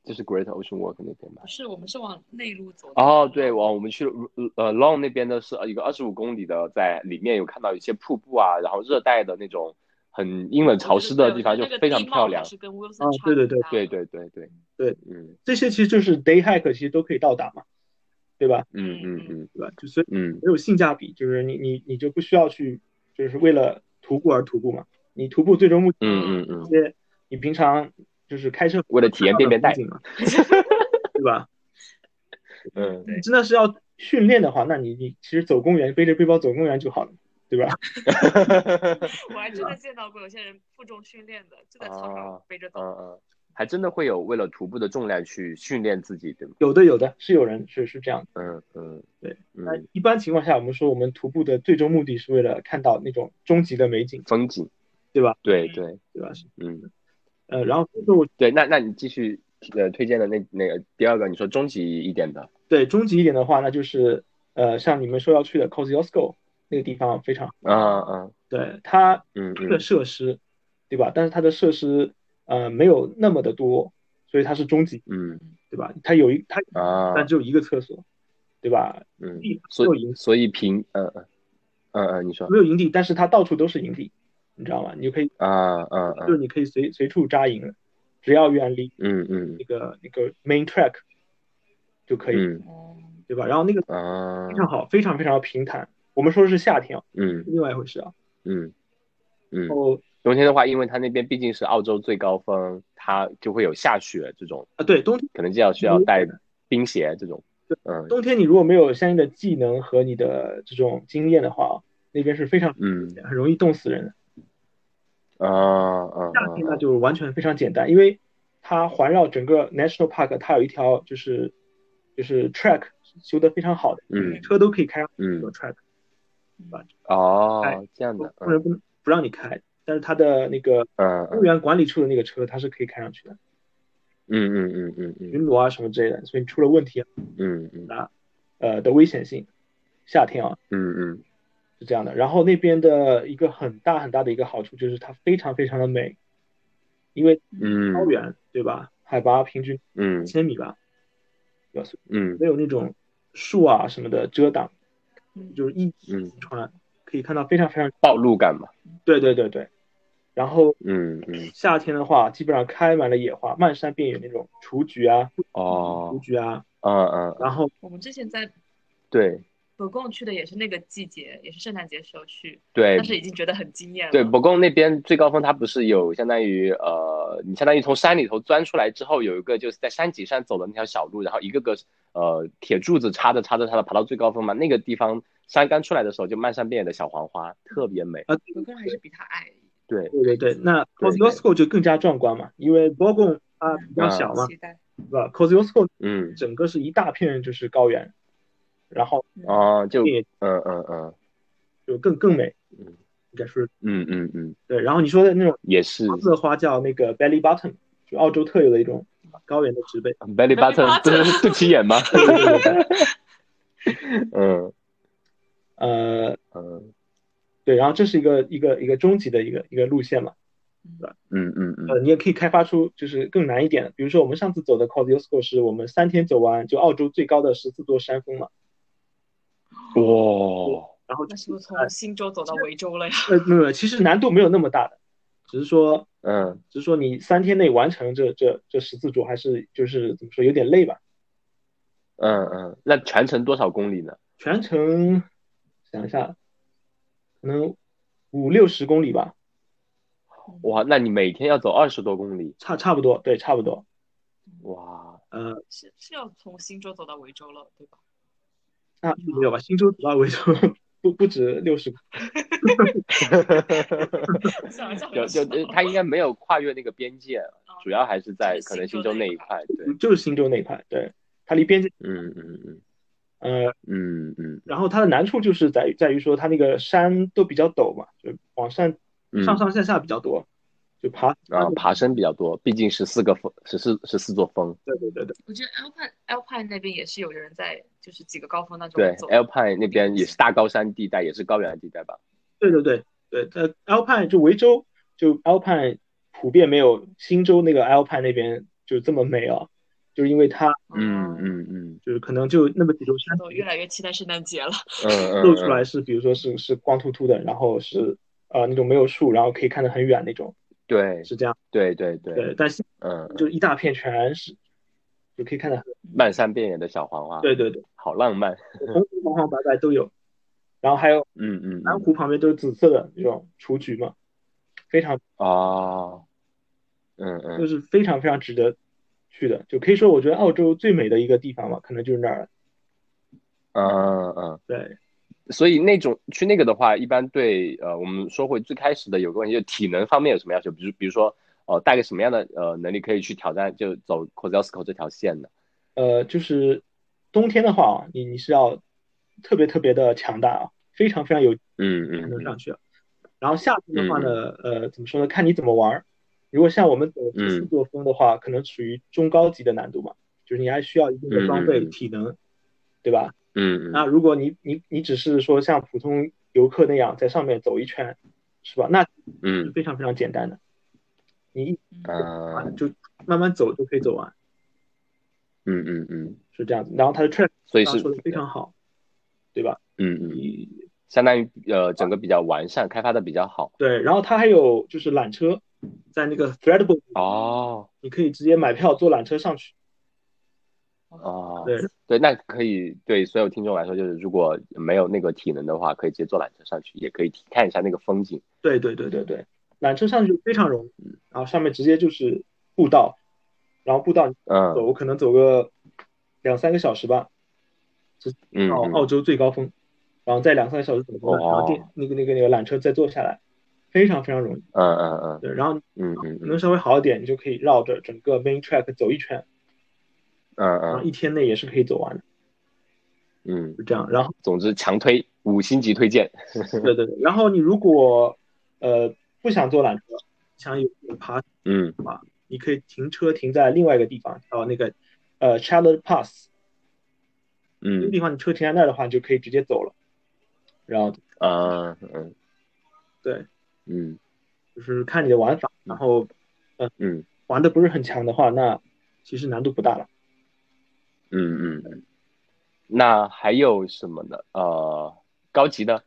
就是 Great Ocean Walk 那边嘛不。是我们是往内陆走的。哦，对，我我们去了呃 Long 那边的是一个二十五公里的，在里面有看到一些瀑布啊，然后热带的那种很阴冷潮湿的地方，就非常漂亮。是跟啊 Wilson 差对别对对大对的对对对对，嗯这些其实就是 day hike，其实都可以到达嘛，对吧？嗯嗯嗯对吧？就所以嗯没有性价比，就是你你你就不需要去，就是为了徒步而徒步嘛。你徒步最终目的嗯嗯嗯一，些你平常就是开车为了体验便便带看到的风景嘛， 对吧？嗯， 你真的是要训练的话，那你你其实走公园，背着背包走公园就好了，对吧？嗯我还真的见到过有些人负重训练的，就在操场啊背着走。嗯嗯，还真的会有为了徒步的重量去训练自己，对吗？ 有的有的是有人是是这样的。嗯嗯，对，那嗯，一般情况下，我们说我们徒步的最终目的是为了看到那种终极的美景，风景，对吧？对对，对吧？嗯，呃，然后所以说我对，那那你继续呃推荐的那那个第二个，你说终极一点的，对终极一点的话，那就是呃，像你们说要去的 Kosciuszko 那个地方非常好，啊啊，对它嗯的嗯设施，对吧？但是它的设施呃没有那么的多，所以它是中级，嗯对吧？它有一它啊，但只有一个厕所，对吧？嗯，地没有所营以所以平，嗯嗯嗯嗯，你说没有营地，但是它到处都是营地，你知道吗？你就可以啊嗯就是嗯你可以随随处扎营，只要远离嗯嗯那个那个 main track 就可以，嗯嗯，对吧？然后那个啊非常好，非常非常平坦。我们说是夏天，啊嗯另外一回事啊。嗯嗯然，后冬天的话，因为它那边毕竟是澳洲最高峰，它就会有下雪这种，啊，对，冬天可能就要需要带冰鞋这种对，嗯冬天你如果没有相应的技能和你的这种经验的话，那边是非常嗯很容易冻死人的。啊啊夏天那就完全非常简单，因为它环绕整个 national park，它有一条就是就是 track 修得非常好的，嗯车都可以开上这嗯个 track，哎哦这样的，不然嗯不能不让你开。但是它的那个嗯公园管理处的那个车，它是可以开上去的，嗯嗯嗯嗯嗯巡逻啊什么之类的，所以出了问题，嗯嗯呃的危险性，夏天啊嗯嗯是这样的。然后那边的一个很大很大的一个好处就是它非常非常的美，因为嗯高原对吧？海拔平均嗯千米吧，对吧？所以嗯没有那种树啊什么的遮挡，嗯就是一嗯穿可以看到非常非常暴露感嘛。对对对对。然后嗯嗯夏天的话，基本上开满了野花，漫山遍野那种雏菊啊、雏哦菊啊，嗯嗯然后我们之前在对博贡去的也是那个季节，也是圣诞节时候去，对但是已经觉得很惊艳了。哎对，博贡那边最高峰，它不是有相当于呃，你相当于从山里头钻出来之后，有一个就是在山脊上走的那条小路，然后一个个呃铁柱子插着插着插着爬到最高峰嘛。那个地方山刚出来的时候就漫山遍野的小黄花，特别美。啊，博贡还是比他矮，对，对对对，那 c 对 o s y o s c o 就更加壮观嘛，因为 b o g o n 它啊比较嗯小嘛，期待。对吧 c o s y o s c o 嗯，整个是一大片就是高原，然后哦，就也嗯嗯嗯就更更美，嗯，应该是嗯嗯嗯，对。然后你说的那种也 是黄。色花叫那个 belly button，就澳洲特有的一种高原的植被。 belly button 不是肚脐眼吗？ 嗯呃，嗯对，然后这是一个一个一个终极的一个一个路线嘛。嗯嗯嗯，呃，你也可以开发出就是更难一点的，比如说我们上次走的 c o s y o s c o 是我们三天走完就澳洲最高的十四座山峰嘛，哇，然后那是不是哎从新州走到维州了呀？ 呃，没有，没有其实难度没有那么大的，只是说，嗯只是说你三天内完成这这这十四组，还是就是怎么说，有点累吧。嗯嗯，那全程多少公里呢？全程想一下，可能五六十公里吧，哇，那你每天要走二十多公里，差差不多，对，差不多。哇，呃，是是要从新州走到维州了，对吧？ 那没有吧？新州主啊要维州 不不止六十，想象有有，呃他应该没有跨越那个边界，主要还是在可能新州那一块，对，就是新州那一块，对，它离边界，嗯嗯嗯呃，嗯嗯然后它的难处就是在于在于说它那个山都比较陡嘛，就往上嗯，上上下下比较多，就爬，啊，爬升比较多，毕竟十四个峰，十四十四座峰，对对对对。我觉得 Alpine Alpine 那边也是有人在，就是几个高峰当中对走。 ，Alpine 那边也是大高山地带，也是高原地带吧？对对对对，呃，Alpine 就维州，就 Alpine 普遍没有新州那个 Alpine 那边就这么美啊，就是因为它嗯嗯，嗯嗯就是可能就那么几座山我越来越期待圣诞节了。嗯嗯，露出来是，比如说是是光秃秃的，然后是呃那种没有树，然后可以看得很远那种，对是这样。对对对，对，但新嗯，就一大片全是，就可以看得很。漫山遍野的小黄花，对，对对，好浪漫，红红黄白白都有，然后还有嗯嗯，南湖旁边都是紫色的那种雏菊嘛，非常哦，嗯嗯就是非常非常值得去的，就可以说我觉得澳洲最美的一个地方嘛，可能就是那儿了。嗯嗯。对，所以那种去那个的话，一般对呃，我们说回最开始的有个问题，就体能方面有什么要求？比如比如说，呃，大概什么样的呃能力可以去挑战就走 c o z e l s k o 这条线呢？呃，就是冬天的话啊，你你是要特别特别的强大啊，非常非常有嗯才嗯能嗯上去。然后夏天的话呢，呃，怎么说呢？看你怎么玩儿。如果像我们走嗯十四座峰的话，可能属于中高级的难度嘛，就是你还需要一定的装备、嗯嗯嗯体能，对吧？嗯那如果你你你只是说像普通游客那样在上面走一圈，是吧？那是嗯非常非常简单的，你一嗯啊就慢慢走就可以走完，嗯嗯嗯，是这样子。然后它的 track 所以刚是刚啊说的非常好，对吧？嗯嗯，相当于呃整个比较完善，开发的比较好对，然后它还有就是缆车，在那个 Threadable，哦你可以直接买票坐缆车上去。哦对，对，那可以对所有听众来说，就是如果没有那个体能的话，可以直接坐缆车上去，也可以体看一下那个风景。对对对对对，缆车上去非常容易，然后上面直接就是步道，然后步道嗯走可能走个两三个小时吧，嗯到嗯澳洲最高峰，然后再两三个小时走过来，哦然后电那个那个那个缆车再坐下来，非常非常容易。嗯嗯对，然后嗯嗯可能嗯稍微好一点，你就可以绕着整个 main track 走一圈，嗯然后嗯一天内也是可以走完的，嗯，就这样。然后总之强推五星级推荐。对对对，然后你如果呃不想坐缆车，想有有爬，嗯你可以停车停在另外一个地方，叫那个呃 Charlotte Pass，那个嗯地方你车停在那儿的话，你就可以直接走了。然后啊嗯对，嗯就是看你的玩法，然后嗯玩的不是很强的话，那其实难度不大了。嗯嗯，那还有什么呢？呃，高级的，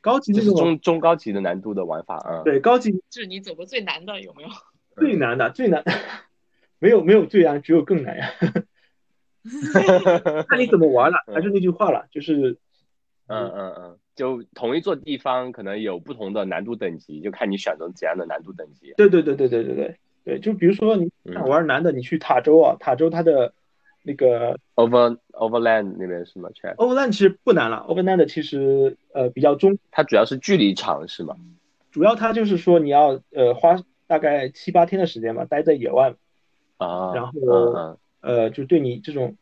高级这那是种中中高级的难度的玩法啊。嗯对高级就是你走过最难的有没有？最难的最难， 没有没有最难，只有更难呀。 看你怎么玩了，还是那句话了，就是嗯嗯嗯，就同一座地方可能有不同的难度等级，就看你选择怎样的难度等级。对对对对对对对对，就比如说你想玩难的，你去塔州啊，塔州它的那个 Over Overland 那边是吗？Chat， Overland 其实不难了，Overland 其实呃比较中，它主要是距离长是吗？主要它就是说你要呃花大概七八天的时间吧，待在野外，啊，然后嗯嗯呃就对你这种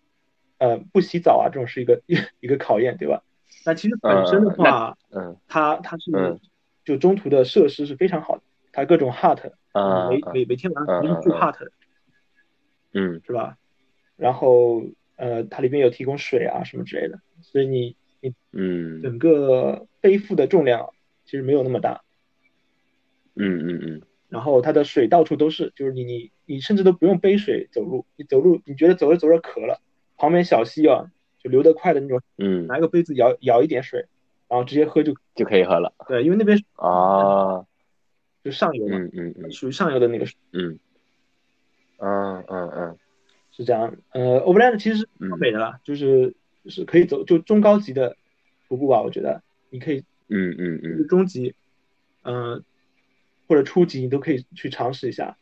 呃不洗澡啊这种是一个 一个考验，对吧？那其实本身的嗯话，嗯它它是嗯就中途的设施是非常好的，它各种 hut，嗯每嗯每每天晚上嗯肯定是住嗯嗯 hut 的。嗯是吧？然后呃，它里面有提供水啊什么之类的，所以你嗯整个背负的重量其实没有那么大。嗯嗯嗯，然后它的水到处都是，就是你你你甚至都不用背水走路，你走路你觉得走着走着渴了，旁边小溪啊就流得快的那种，嗯，拿一个杯子舀舀一点水，然后直接喝就就可以喝了对，因为那边啊。就上游嘛，嗯嗯嗯属于上游的那个水嗯嗯嗯嗯是这样。呃，Overland 其实是嗯挺美的啦，就是就是可以走就中高级的徒步吧，我觉得你可以嗯嗯就嗯是中级，嗯、或者初级，你都可以去尝试一下。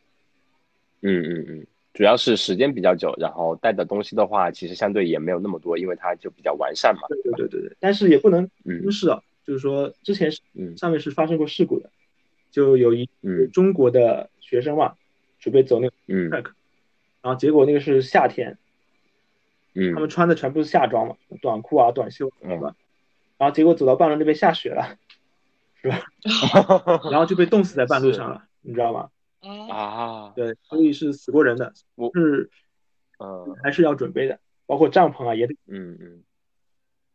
嗯嗯嗯，主要是时间比较久，然后带的东西的话，其实相对也没有那么多，因为它就比较完善嘛。对对对对对，但是也不能嗯忽视啊，就是说之前是嗯上面是发生过事故的，就有一嗯中国的学生嘛，准备走那个嗯 track，然后结果那个是夏天，嗯他们穿的全部是夏装嘛，短裤啊、短袖啊嗯是吧？然后结果走到半路那边下 雪了，然后就被冻死在半路上了，你知道吗？ 哎，啊，对，所以是死过人的，我是嗯还是要准备的，包括帐篷啊也得嗯嗯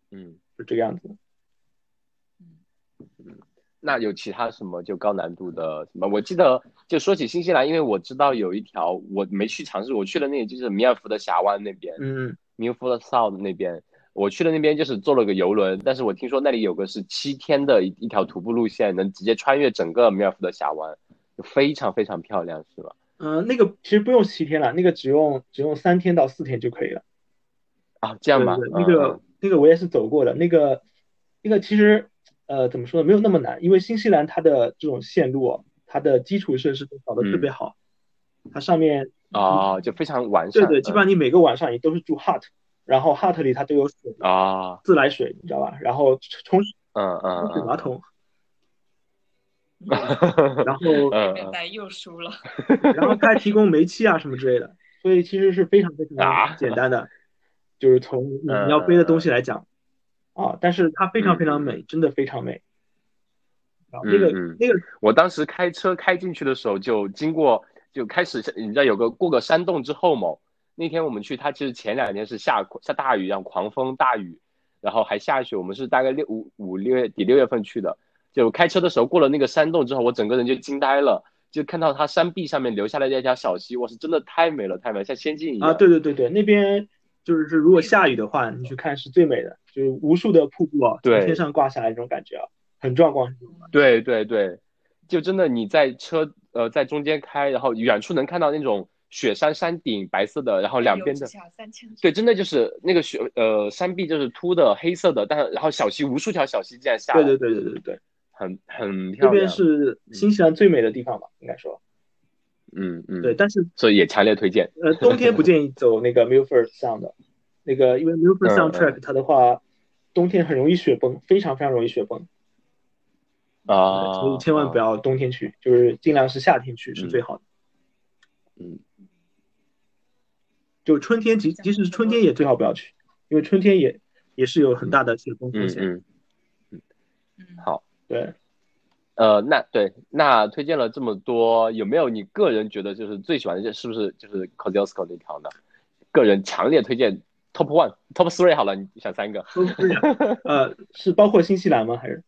嗯，是这个样子。那有其他什么就高难度的什么？我记得就说起新西兰，因为我知道有一条我没去尝试，我去了那个就是米尔福德峡湾那边，嗯。米尔福德 Sound 那边，我去了那边就是坐了个游轮，但是我听说那里有个是七天的一一条徒步路线，能直接穿越整个米尔福德峡湾，就非常非常漂亮，是吧？嗯、那个其实不用七天了，那个只用只用三天到四天就可以了。啊，这样吗？对对，那个、那个我也是走过的，那个那个其实呃怎么说呢，没有那么难，因为新西兰它的这种线路哦，它的基础设施都搞得特别好，它上面嗯啊，就非常完善，对对，基本上你每个晚上你都是住 hut，然后 hut 里它都有水，嗯啊，自来水你知道吧？然后冲嗯冲水马嗯桶，嗯，然后嗯表嗯白又输 了，然后它还提供煤气啊什么之类的，所以其实是非常非啊常简单的，就是从你嗯嗯你要背的东西来讲啊，但是它非常非常美，真的非常美。啊，那个嗯嗯那个我当时开车开进去的时候，就经过，就开始你知道有个过个山洞之后嘛，那天我们去，它其实前两天是下下大雨，然后狂风大雨，然后还下雪。我们是大概六五五六月底六月份去的，就开车的时候过了那个山洞之后，我整个人就惊呆了，就看到它山壁上面留下来的一条小溪，我是真的太美了，太美了，像仙境一样。啊，对对对对，那边就是如果下雨的话，你去看是最美的，就是无数的瀑布啊，从对天上挂下来那种感觉啊，很壮观。对对对，就真的你在车呃在中间开，然后远处能看到那种雪山山顶白色的，然后两边哎的。三千对，真的就是那个雪，呃，山壁就是秃的黑色的，但然后小溪无数条小溪这样下来，对对对对对对，很很漂亮。这边是新西兰最美的地方吧，应该说。嗯嗯，对，，但是所以也强烈推荐。呃，冬天不建议走那个 Milford Sound 的，那个因为 Milford 嗯嗯 Sound Track 它的话，冬天很容易雪崩，非常非常容易雪崩，啊，所以千万不要。要冬天去，就是尽量是夏天去是最好的。嗯，就春天即即使是春天也最好不要去，因为春天也也是有很大的雪崩风嗯险。嗯，嗯，好。对，呃，那对，那推荐了这么多，有没有你个人觉得就是最喜欢的，是不是就是 Kosciuszko 那条呢？个人强烈推荐 Top One、Top Three 好了，你选三个，都是这样 呃，是包括新西兰吗？还是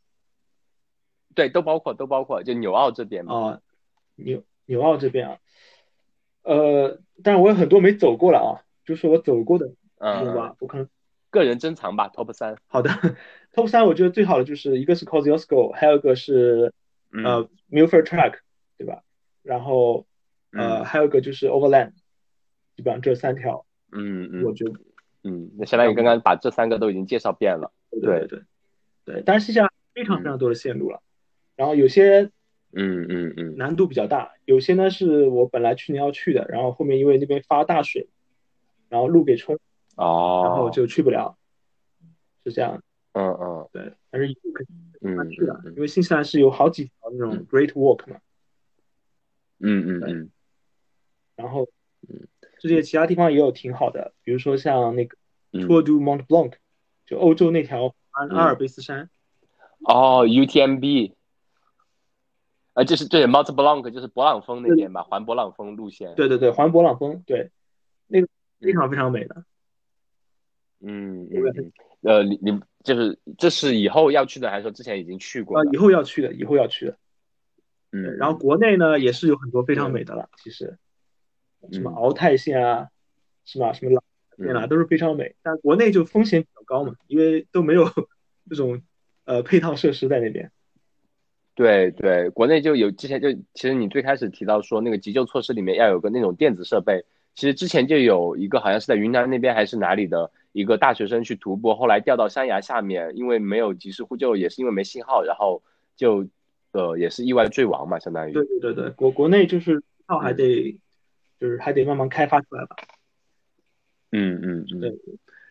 对，都包括，都包括，就纽澳这边嘛。啊，纽纽澳这边啊？呃，当然我有很多没走过了啊，就是我走过的嗯，路嗯吧，我可能个人珍藏吧，Top 三。好的 ，Top 三我觉得最好的就是一个是 c o s i o s c o 还有一个是嗯呃 Milford Track，对吧？然后呃、嗯还有一个就是 Overland，基本上这三条，嗯我嗯觉得嗯，那相当于刚刚把这三个都已经介绍遍了。对对对，但是西夏非常非常多的线路了，然后有些嗯嗯嗯难度比较大，有些呢是我本来去年要去的，然后后面因为那边发大水，然后路给冲，哦，然后就去不了，是这样。嗯嗯对，但是一路肯定嗯是去的，嗯因为新西兰是有好几条那种 Great Walk 嘛，嗯嗯嗯然后世界其他地方也有挺好的，比如说像那个嗯 Tour du Mont Blanc，就欧洲那条阿阿尔卑斯山，哦，UTMB，啊，就是对 Mount Blanc，就是勃朗峰那边吧，环勃朗峰路线。，对对对，环勃朗峰，对，那个非常非常美的，嗯嗯嗯，呃，你你就是这是以后要去的，还是说之前已经去过呃，了？以后要去的，以后要去的。对嗯，然后国内呢也是有很多非常美的了，其实什么嗯鳌太线啊，是吧？什么老太线啊，都是非常美。但国内就风险比较高嘛，因为都没有 这种呃配套设施在那边。对对，国内就有之前就其实你最开始提到说那个急救措施里面要有个那种电子设备，其实之前就有一个好像是在云南那边还是哪里的一个大学生去徒步，后来掉到山崖下面，因为没有及时呼救，也是因为没信号，然后就呃也是意外坠亡嘛，相当于。对对对对，国国内就是配套还得就是还得慢慢开发出来吧。嗯嗯对嗯，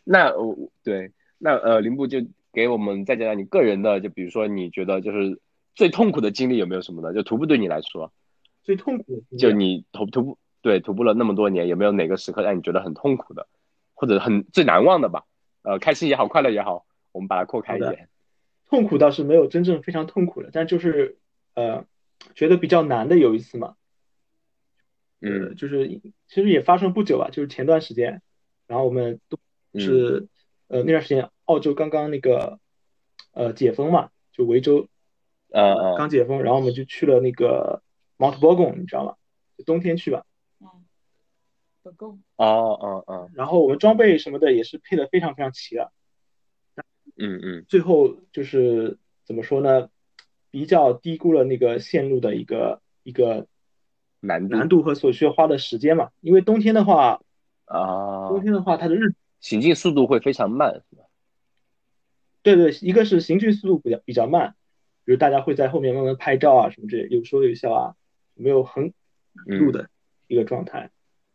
那我对那呃林布就给我们再讲讲你个人的，就比如说你觉得就是最痛苦的经历有没有什么呢？就徒步对你来说。最痛苦的经历就你徒徒步，对，徒步了那么多年，有没有哪个时刻让你觉得很痛苦的，或者很最难忘的吧？呃，开心也好，快乐也好，我们把它扩开一好的点。痛苦倒是没有真正非常痛苦的，但就是呃觉得比较难的有一次嘛，呃，嗯就是其实也发生不久吧，就是前段时间，然后我们都嗯是、呃那段时间澳洲刚刚那个呃解封嘛，就维州嗯嗯刚解封，然后我们就去了那个 Mount Bogon，你知道吗？就冬天去吧，嗯，不够。哦哦哦然后我们装备什么的也是配的非常非常齐了，嗯嗯最后就是怎么说呢，比较低估了那个线路的一个一个难度难度和所需要花的时间嘛，因为冬天的话，啊，冬天的话它的日行进速度会非常慢，是吧？对对，一个是行进速度比较比较慢，比如大家会在后面慢慢拍照啊什么之类，有说有笑啊，没有很嗯路的一个状态，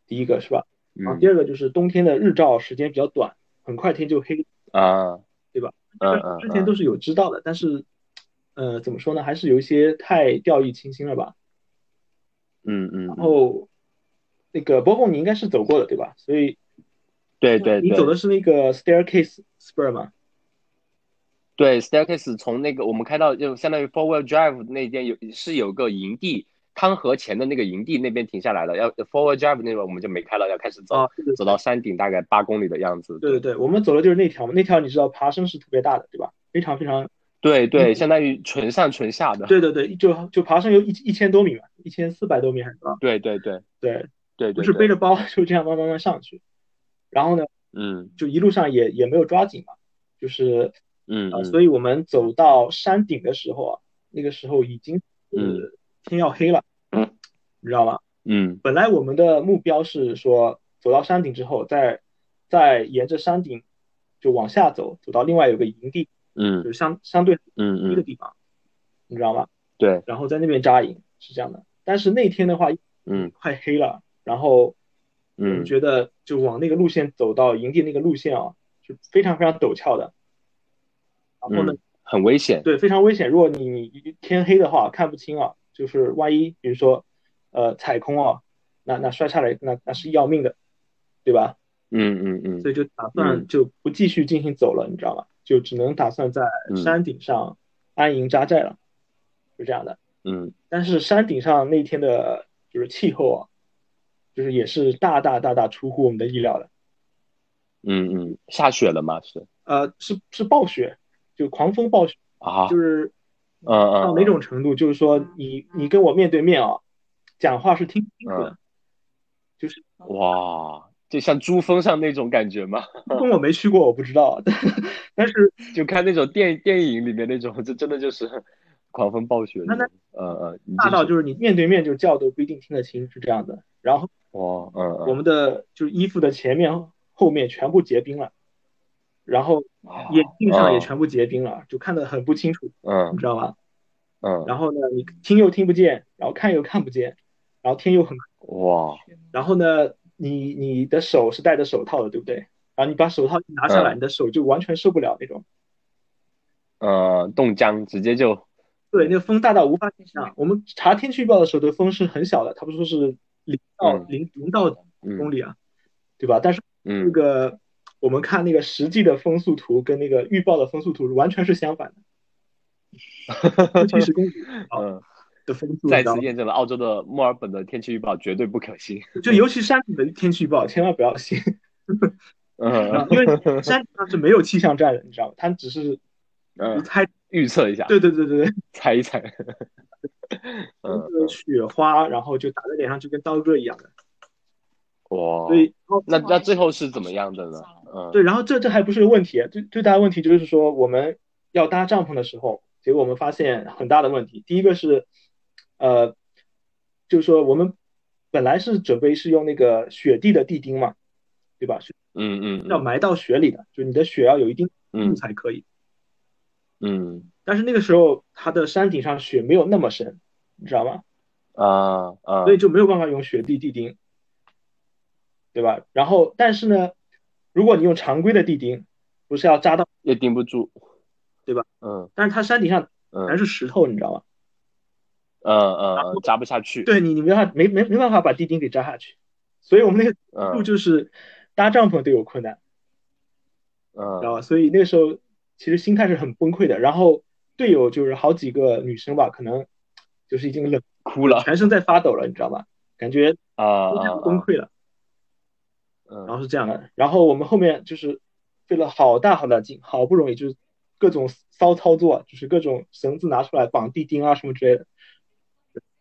第一个是吧？然后第嗯二个就是冬天的日照时间比较短，很快天就黑。啊，对吧？嗯嗯之前嗯都是有知道的，但是，呃，怎么说呢，还是有一些太掉以轻心了吧。嗯嗯，然后，那个波贡你应该是走过的对吧？所以对对你走对的是那个 staircase spur 吗？对，staircase 从那个我们开到就相当于 four wheel drive 那边有是有个营地。汤河前的那个营地那边停下来了，要 four wheel drive 那边我们就没开了，要开始走。啊，对对走到山顶大概八公里的样子。对对对，我们走的就是那条嘛，那条你知道爬升是特别大的对吧？非常非常。对对，相当于纯上纯下的。嗯对对对，就就爬升有一一千多米嘛，一千四百多米还是多少？对对对啊对，对对，就是背着包就这样慢慢慢上去，然后呢，嗯就一路上也也没有抓紧嘛，就是嗯呃，嗯，所以我们走到山顶的时候啊，那个时候已经是天要黑 了，嗯你知道吗？嗯本来我们的目标是说走到山顶之后，再再沿着山顶就往下走，走到另外有个营地，就嗯是相相对嗯低的嗯，地方，你知道吗？对，然后在那边扎营是这样的。但是那天的话，嗯快黑了，然后我嗯们觉得就往那个路线走到营地那个路线啊，就非常非常陡峭的。然后呢嗯，，很危险。对，非常危险。如果你你天黑的话看不清啊，就是万一比如说呃踩空啊，那那摔下来那那是要命的，对吧？嗯嗯嗯所以就打算就不继续进行走了，你知道吗？就只能打算在山顶上安营扎寨了，就这样的。嗯但是山顶上那天的就是气候啊，就是也是大大大大出乎我们的意料的。嗯嗯，下雪了吗？是呃，是是暴雪，就狂风暴雪，啊，就是嗯嗯，到哪种程度，就是说你你跟我面对面啊，讲话是听不清楚的，就是哇，就像珠峰上那种感觉吗？ 跟我没去过，我不知道。 但是就看那种电电影里面那种，这真的就是 狂风暴雪。那那呃呃，大到就是你面对面就叫都不一定听得清，是这样的。然后哇，嗯我嗯，们的就是衣服的前面、后面全部结冰了，然后哦眼镜上也全部结冰了，就看得很不清楚，嗯你知道吧？嗯，然后呢，你听又听不见，然后看又看不见，然后天又很，哇，然后呢，你你的手是戴着手套的，对不对？然后你把手套一拿下嗯来，你的手就完全受不了那种。呃，冻僵，直接就对，那个风大到无法想象。我们查天气预报的时候，的风是很小的，他不说是零到嗯零零到嗯公里啊，对吧？但是嗯那个我们看那个实际的风速图跟那个预报的风速图完全是相反 的，七十公里嗯，的风速，再然次后验证了澳洲的墨尔本的天气预报绝对不可信。就尤其山顶的天气预报千万不要信，啊嗯，因为山顶上是没有气象站的，你知道吗？它只是嗯，猜，预测一下，对对对对对，猜一猜。 嗯，雪花，然后就打在脸上就跟刀割一样的，哇，所以哦那那最后是怎么样的呢？嗯，对，然后这这还不是个问题，最最大的问题就是说我们要搭帐篷的时候，结果我们发现很大的问题。第一个是，呃，就是说我们本来是准备是用那个雪地的地钉嘛，对吧？是嗯嗯要埋到雪里的，就你的雪要有一定嗯度才可以。嗯但是那个时候它的山顶上雪没有那么深，你知道吗？啊啊所以就没有办法用雪地地钉，对吧？然后但是呢，如果你用常规的地钉，不是要扎到，也顶不住，对吧？嗯但是它山顶上嗯全是石头，你知道吗？嗯嗯嗯，扎不下去。对你，你没法没没没办法把地钉给扎下去，所以我们那个路嗯就是搭帐篷都有困难，知道嗯吧？所以那个时候其实心态是很崩溃的。然后队友就是好几个女生吧，可能就是已经冷， 哭了全身在发抖了，你知道吧？感觉啊都啊快崩溃了。嗯然后是这样的，然后我们后面就是费了好大好大劲，好不容易就是各种骚操作，就是各种绳子拿出来绑地钉啊什么之类的，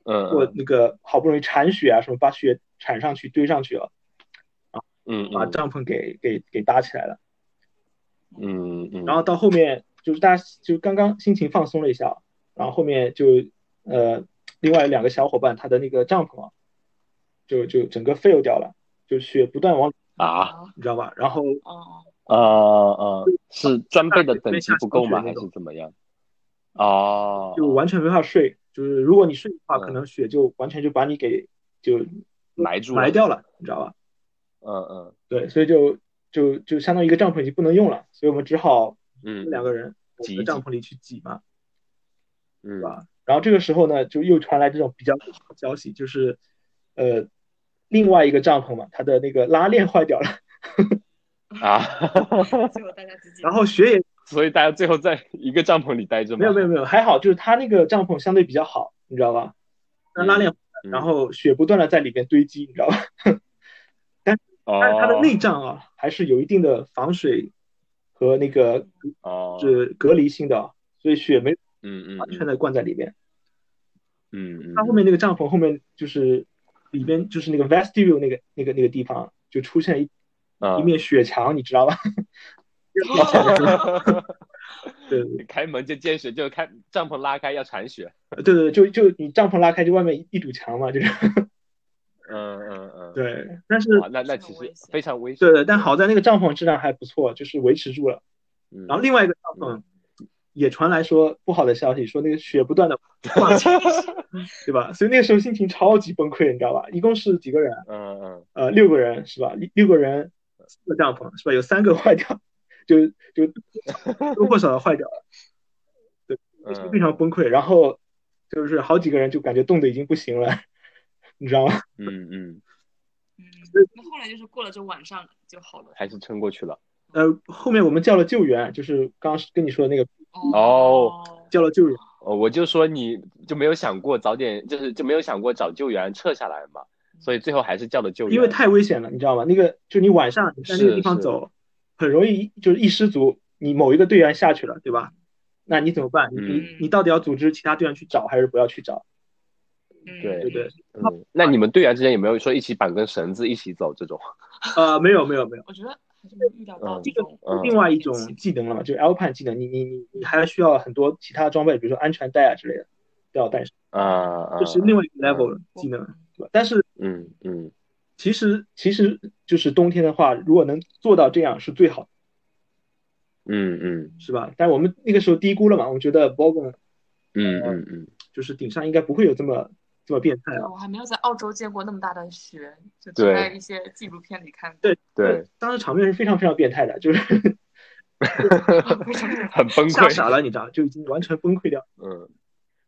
我嗯那个好不容易铲雪啊什么，把雪铲上去堆上去了。嗯把帐篷给给给搭起来了。嗯嗯，然后到后面就是大家就刚刚心情放松了一下，然后后面就呃另外两个小伙伴他的那个帐篷啊，就就整个 fail 掉了，就雪不断往啊你知道吧？然后哦，啊啊，是装备的等级不够吗？还是怎么样？哦，就完全没法睡，就是如果你睡的话，嗯可能雪就完全就把你给就埋住埋掉了，你知道吧？嗯嗯对，所以就就就相当于一个帐篷已经不能用了，所以我们只好嗯，两个人往挤一那个挤帐篷里去挤嘛。嗯吧？然后这个时候呢，就又传来这种比较好的消息，就是，呃，另外一个帐篷嘛，它的那个拉链坏掉了， 啊， 哦最后大家自己然后雪也所以大家最后在一个帐篷里待着吗？没有没有没有，还好，就是它那个帐篷相对比较好，你知道吧？那拉链，嗯然后雪不断的在里面堆积，你知道吧？哦但是它的内帐啊，还是有一定的防水和那个哦，是隔离性的，啊所以雪没嗯嗯完全的灌在里面。嗯嗯，它后面那个帐篷后面就是里边就是那个 vestibule 那个那个那个地方啊就出现一啊嗯一面雪墙，你知 道吧？哦对对嗯开门就见雪，就开帐篷拉开要铲雪。对对，就就你帐篷拉开，就外面一一堵墙嘛，就是嗯嗯嗯，对。 但是哇，那那其实非常危险。对对，但好在那个帐篷质量还不错，就是维持住了。嗯，然后另外一个帐篷也传来说不好的消息，说那个雪不断的挂起来， 对吧？所以那个时候心情超级崩溃，你知道吧？一共是几个人？嗯嗯呃，六个人是吧？六个人四个帐篷是吧？有三个坏掉， 就就或多或少的坏掉了，嗯，非常崩溃。然后就是好几个人就感觉冻得已经不行了， 你知道吗？嗯嗯，嗯，那后来就是过了这晚上就好了。还是撑过去了。呃，后面我们叫了救援，就是刚刚跟你说的那个哦，叫了救援，哦，我就说你就没有想过早点，就是就没有想过找救援撤下来嘛，所以最后还是叫的救援。因为太危险了，你知道吗？那个就你晚上你在那个地方是走，很容易就是一失足，你某一个队员下去了，对吧？那你怎么办？你嗯你你到底要组织其他队员去找，还是不要去找？嗯，对对对，嗯，那你们队员之间有没有说一起绑根绳子一起走这种？呃，没有没有没有，我觉得还是没有预料到嗯这种嗯另外一种技能了嘛，就是 Alpine 技能，你你你你还需要很多其他装备，比如说安全带啊之类的都要带上，啊啊，这是另外一个 level 的技能，对吧？但是嗯嗯其实其实就是冬天的话，如果能做到这样是最好的，嗯嗯是吧？但我们那个时候低估了嘛，我们觉得 Bogon 嗯嗯嗯，就是顶上应该不会有这么这么变态对，啊。我还没有在澳洲见过那么大的雪，就只对在一些纪录片里看过。对对，，当时场面是非常非常变态的，就是 很崩吓溃，傻了，你知道，就已经完全崩溃掉。嗯。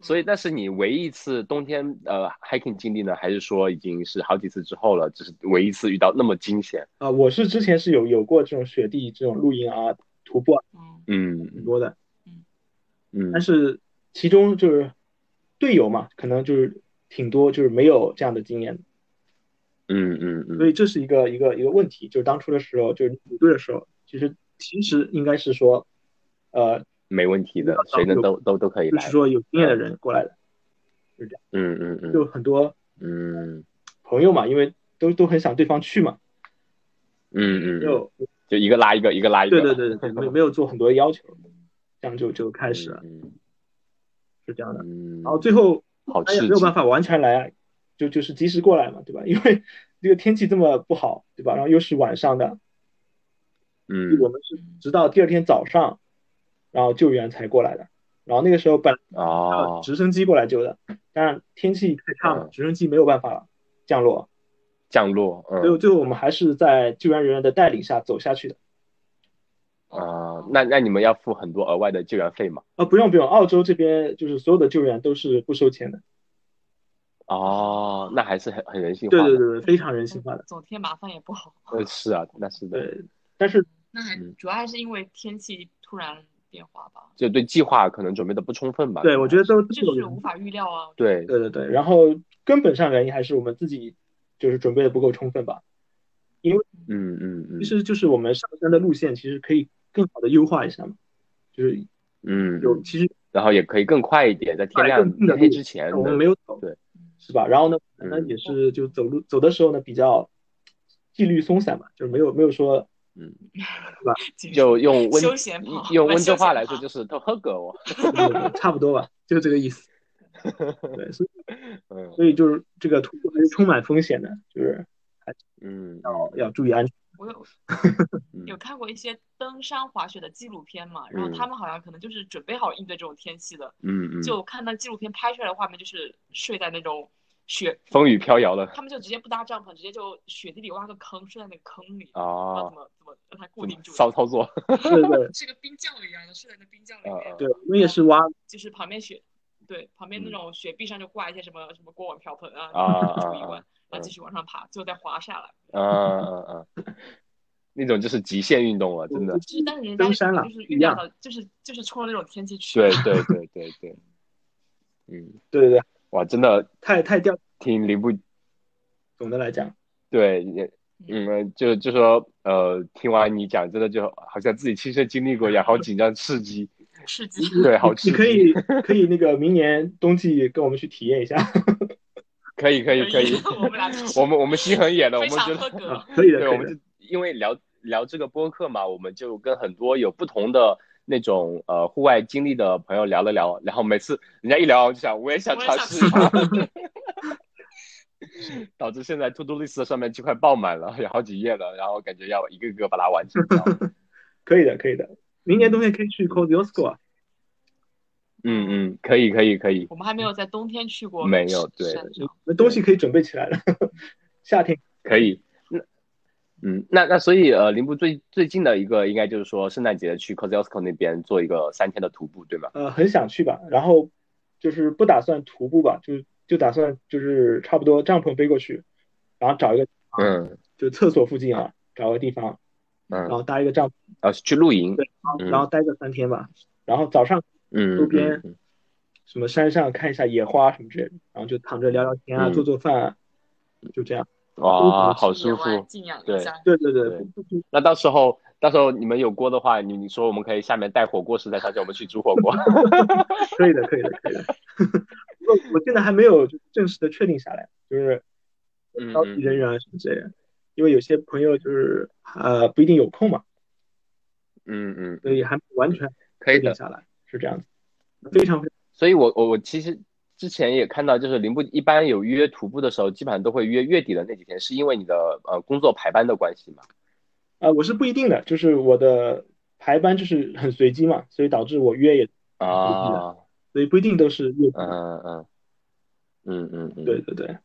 所以，但是你唯一一次冬天呃 hiking 经历呢，还是说已经是好几次之后了，只是唯一一次遇到那么惊险？啊、我是之前是有有过这种雪地这种露营啊、徒步啊嗯很嗯多的，嗯但是其中就是队友嘛，可能就是挺多就是没有这样的经验的，嗯嗯嗯，所以这是一个一个一个问题。就是当初的时候，就是组队的时候，其实其实应该是说，呃，没问题的，谁能都都都可以就来是。说有经验的人过来的，嗯嗯嗯就很多嗯朋友嘛，因为都都很想对方去嘛，嗯没嗯，有就一个拉一个，一个拉一个。对对对对对，没没有做很多要求，这样就就开始了，嗯是这样的。嗯，然后最后好他也刺没激有。办法完全来啊，就就是及时过来嘛，对吧？因为这个天气这么不好，对吧？然后又是晚上的，嗯我们是直到第二天早上，然后救援才过来的。然后那个时候本来哦要，啊直升机过来救的，但是天气太差嘛，嗯直升机没有办法降落，降落。所嗯以最后我们还是在救援人员的带领下走下去的。哦啊，那那你们要付很多额外的救援费吗？啊，不用不用，澳洲这边就是所有的救援都是不收钱的。哦，那还是很很人性化对的。对对，对非常人性化的。总添麻烦也不好。呃，是啊，那是的，对，但是那还嗯主要还是因为天气突然变化吧，就对计划可能准备的不充分吧。对我觉得都都这有是原因无法预料 啊。对，对对对，然后根本上原因还是我们自己就是准备的不够充分吧。嗯嗯嗯，其实就是我们上山的路线其实可以更好的优化一下嘛，就是嗯，有其实然后也可以更快一点，在天亮更近的天黑路之前我们的没有走，对，是吧？然后呢，我嗯们也是就走路走的时候呢比较纪律松散嘛，就是没有没有说嗯就用温休闲跑用温州话来说就休闲跑是偷喝狗 哦。 差不多吧，就这个意 思。对，所以嗯所以就是这个徒步还是充满风险的，就是嗯要要注意安全。我 有嗯有看过一些登山滑雪的纪录片嘛，然后嗯他们好像可能就是准备好应对这种天气的，嗯嗯，就看那纪录片拍出来的画面，就是睡在那种雪，风雨飘摇了哦他们就直接不搭帐篷，直接就雪地里挖个坑，睡在那个坑里，不知道啊怎，么怎么让它哦固怎么定住，骚操 作？对对是个冰窖一样的，睡在那冰窖里啊面啊，对，我们也是挖就是旁边雪，对，旁边那嗯种雪壁上就挂一些什么什么锅碗瓢盆啊，啊啊煮一啊碗，然后继续往上爬，最后再滑下来。嗯嗯嗯嗯，那种就是极限运动了，真的。就是，但是人家登山了就是一预料样到，就是就是冲着那种天气去。对对对对对，嗯，对对对，哇，真的太太掉。挺离不总的来讲，对，也嗯，就就说呃，听完你讲，真的就好像自己亲身经历过一样，好紧张刺激，刺激。对，好刺你激，可以可以那个明年冬季跟我们去体验 一下。可以 可以可以，我们俩 就是我们我们心很野的，我非们常觉合得，嗯格。啊可以的， 对，可我以们的。就因为聊聊这个播客嘛，我们就跟很多有不同的那种呃户外经历的朋友聊了聊，然后每次人家一聊，我就想我也想我也尝想试一下， 导致现在 to do list 上面就快爆满了，有好几页了，然后感觉要一个个把它完成掉。可以的，可以的。明年冬天可以去 c o d i o s c o 啊，嗯嗯，可以可以可以，我们还没有在冬天去过，没有对那东西可以准备起来了。 夏天可以。那嗯，那那所以呃，林布最最近的一个应该就是说圣诞节去 Kosciuszko 那边做一个三天的徒步，对吗？呃很想去吧，然后就是不打算徒步吧，就就打算就是差不多帐篷背过去，然后找一个嗯就厕所附近啊，找个地方，嗯然，后搭一个帐篷，然后去露营，嗯然后待个三天吧。然后早上嗯，周边嗯什么山上看一下野花什么之类的，然后就躺着聊聊天啊，嗯做做饭啊，就这样。哇，好舒服。静养对一下。对对对，对不不那到时候到时候你们有锅的话，你你说 我们可以下面带火锅食材上去，我们去煮火锅。可以的，可以的，可以的。 我现在还没有正式的确定下来，就是嗯召集人员啊什么之类的，因为有些朋友就是呃不一定有空嘛，嗯嗯，所以还完全可以确的定。下来，是这样子，嗯非常非常所以我我我其实之前也看到，就是林布一般有约徒步的时候，基本上都会约月底的那几天，是因为你的呃工作排班的关系嘛？呃我是不一定的，就是我的排班就是很随机嘛，所以导致我约也，啊，所以不一定都是月底，嗯嗯嗯嗯嗯，对，对对。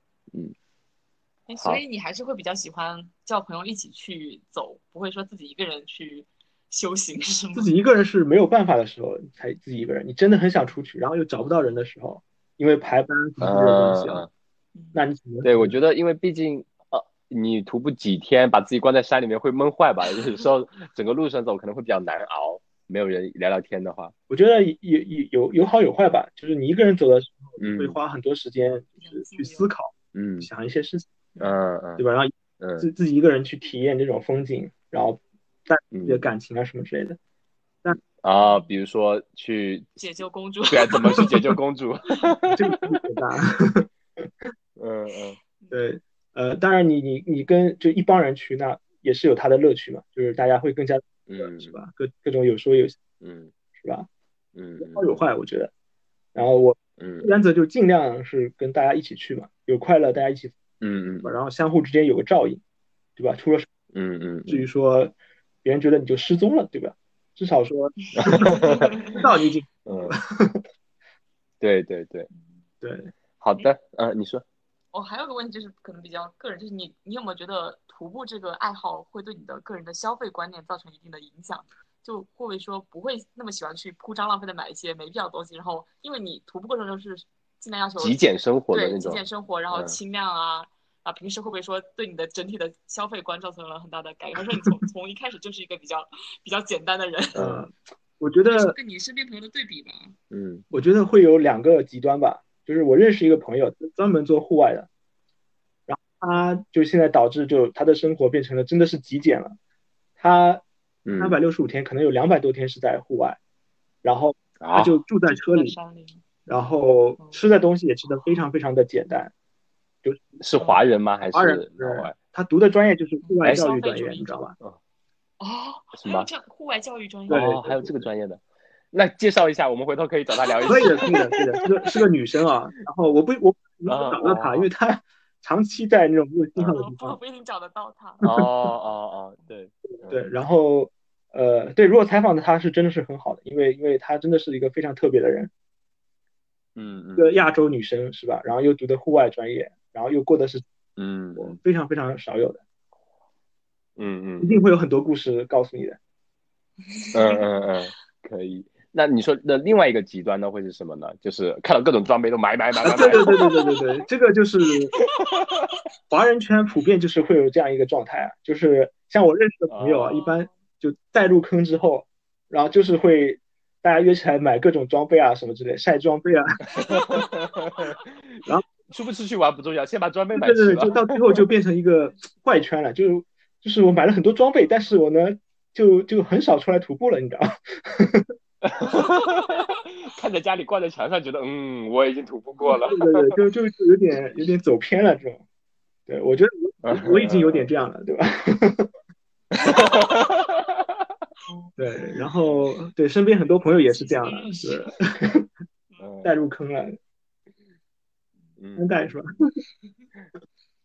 哎好所以你还是会比较喜欢叫朋友一起去走，不会说自己一个人去修行是吗 自？己一个人是没有办法的时候才自己一个人，你真的很想出去，然后又找不到人的时候，因为排班工作的关系啊，嗯，那你只能对，我觉得因为毕竟呃你徒步几天，把自己关在山里面会闷坏吧？ 有时候整个路上走可能会比较难熬，没有人聊聊天的话，我觉得有有有有好有坏吧，就是你一个人走的时候嗯会花很多时间就是去思考，嗯想一些事情，嗯嗯对吧？然后嗯自自己一个人去体验这种风景，然后带嗯自己的感情啊什么之类的，啊，比如说去解救 公主， 对啊，怎么去解救公 主？这个很简单。嗯嗯。 对，呃，当然你你你跟就一帮人去，那也是有它的乐趣嘛，就是大家会更加嗯是吧？各各种有说有笑嗯是吧？嗯，有好有坏，我觉得。然后我嗯原则就尽量是跟大家一起去嘛，有快乐大家一起，嗯嗯然后相互之间有个照应，对吧？出了事嗯嗯至于说别人觉得你就失踪了，对吧？至少说知道你已经嗯，对对对，对好的，嗯，你说，我哦还有个问题就是可能比较个人，就是你你有没有觉得徒步这个爱好会对你的个人的消费观念造成一定的影响？就会不会说不会那么喜欢去铺张浪费的买一些没必要的东西，然后因为你徒步过程中是尽量要求极简生活的对那极种，简生活，然后嗯轻量啊、啊，平时会不会说对你的整体的消费观造成了很大的改变？还是说你从从一开始就是一个比较比较简单的人？呃，我 觉得跟你身边朋友的对比吧，嗯我觉得会有两个极端吧，就是我认识一个朋友，他专门做户外的，然后他就现在导致就他的生活变成了真的是极简了，他嗯三百六十五天可能有两百多天是在户外，然后他啊，就住在车在里，山里，然后吃的东西也吃的非常非常的简单。是华人吗？还华人是老外？他读的专业就是户外教育专业，哎你知道吧？哦，什还么有这样户外教育专业，对哦，还有这个专业的，那介绍一下，我们回头可以找他聊一可以下。的，可以的，可以的，是个是个女生啊。然后我不我不能找到啊她，哦因为她长期在那种没有信号的我地哦不方。不一定找得到他。哦哦哦，对对，，然后呃，对，如果采访的她是真的是很好的，因为因为她真的是一个非常特别的人，嗯一嗯个亚洲女生是吧？然后又读的户外专业，然后又过的是我嗯非常非常少有的，嗯一嗯定会有很多故事告诉你的。 嗯嗯嗯，可以。那你说的另外一个极端呢，会是什么呢？就是看到各种装备都买买买买对买。对对对对对对，这个就是华人圈普遍就是会有这样一个状态啊，就是像我认识的朋友啊，哦一般就带入坑之后，然后就是会大家约起来买各种装备啊什么之类，晒装备啊，然后出不出去玩不重要，先把装备买对齐对对，了就。到最后就变成一个怪圈了，就是就是我买了很多装备，但是我呢就就很少出来徒步了，你知道吗？ 看着家里挂在墙上，觉得嗯，我已经徒步过了对。对对，就就就有点有点走偏了这种。对，我觉得我我已经有点这样了，对吧？ 对，然后对身边很多朋友也是这样的，是嗯带入坑了，能嗯带是吧？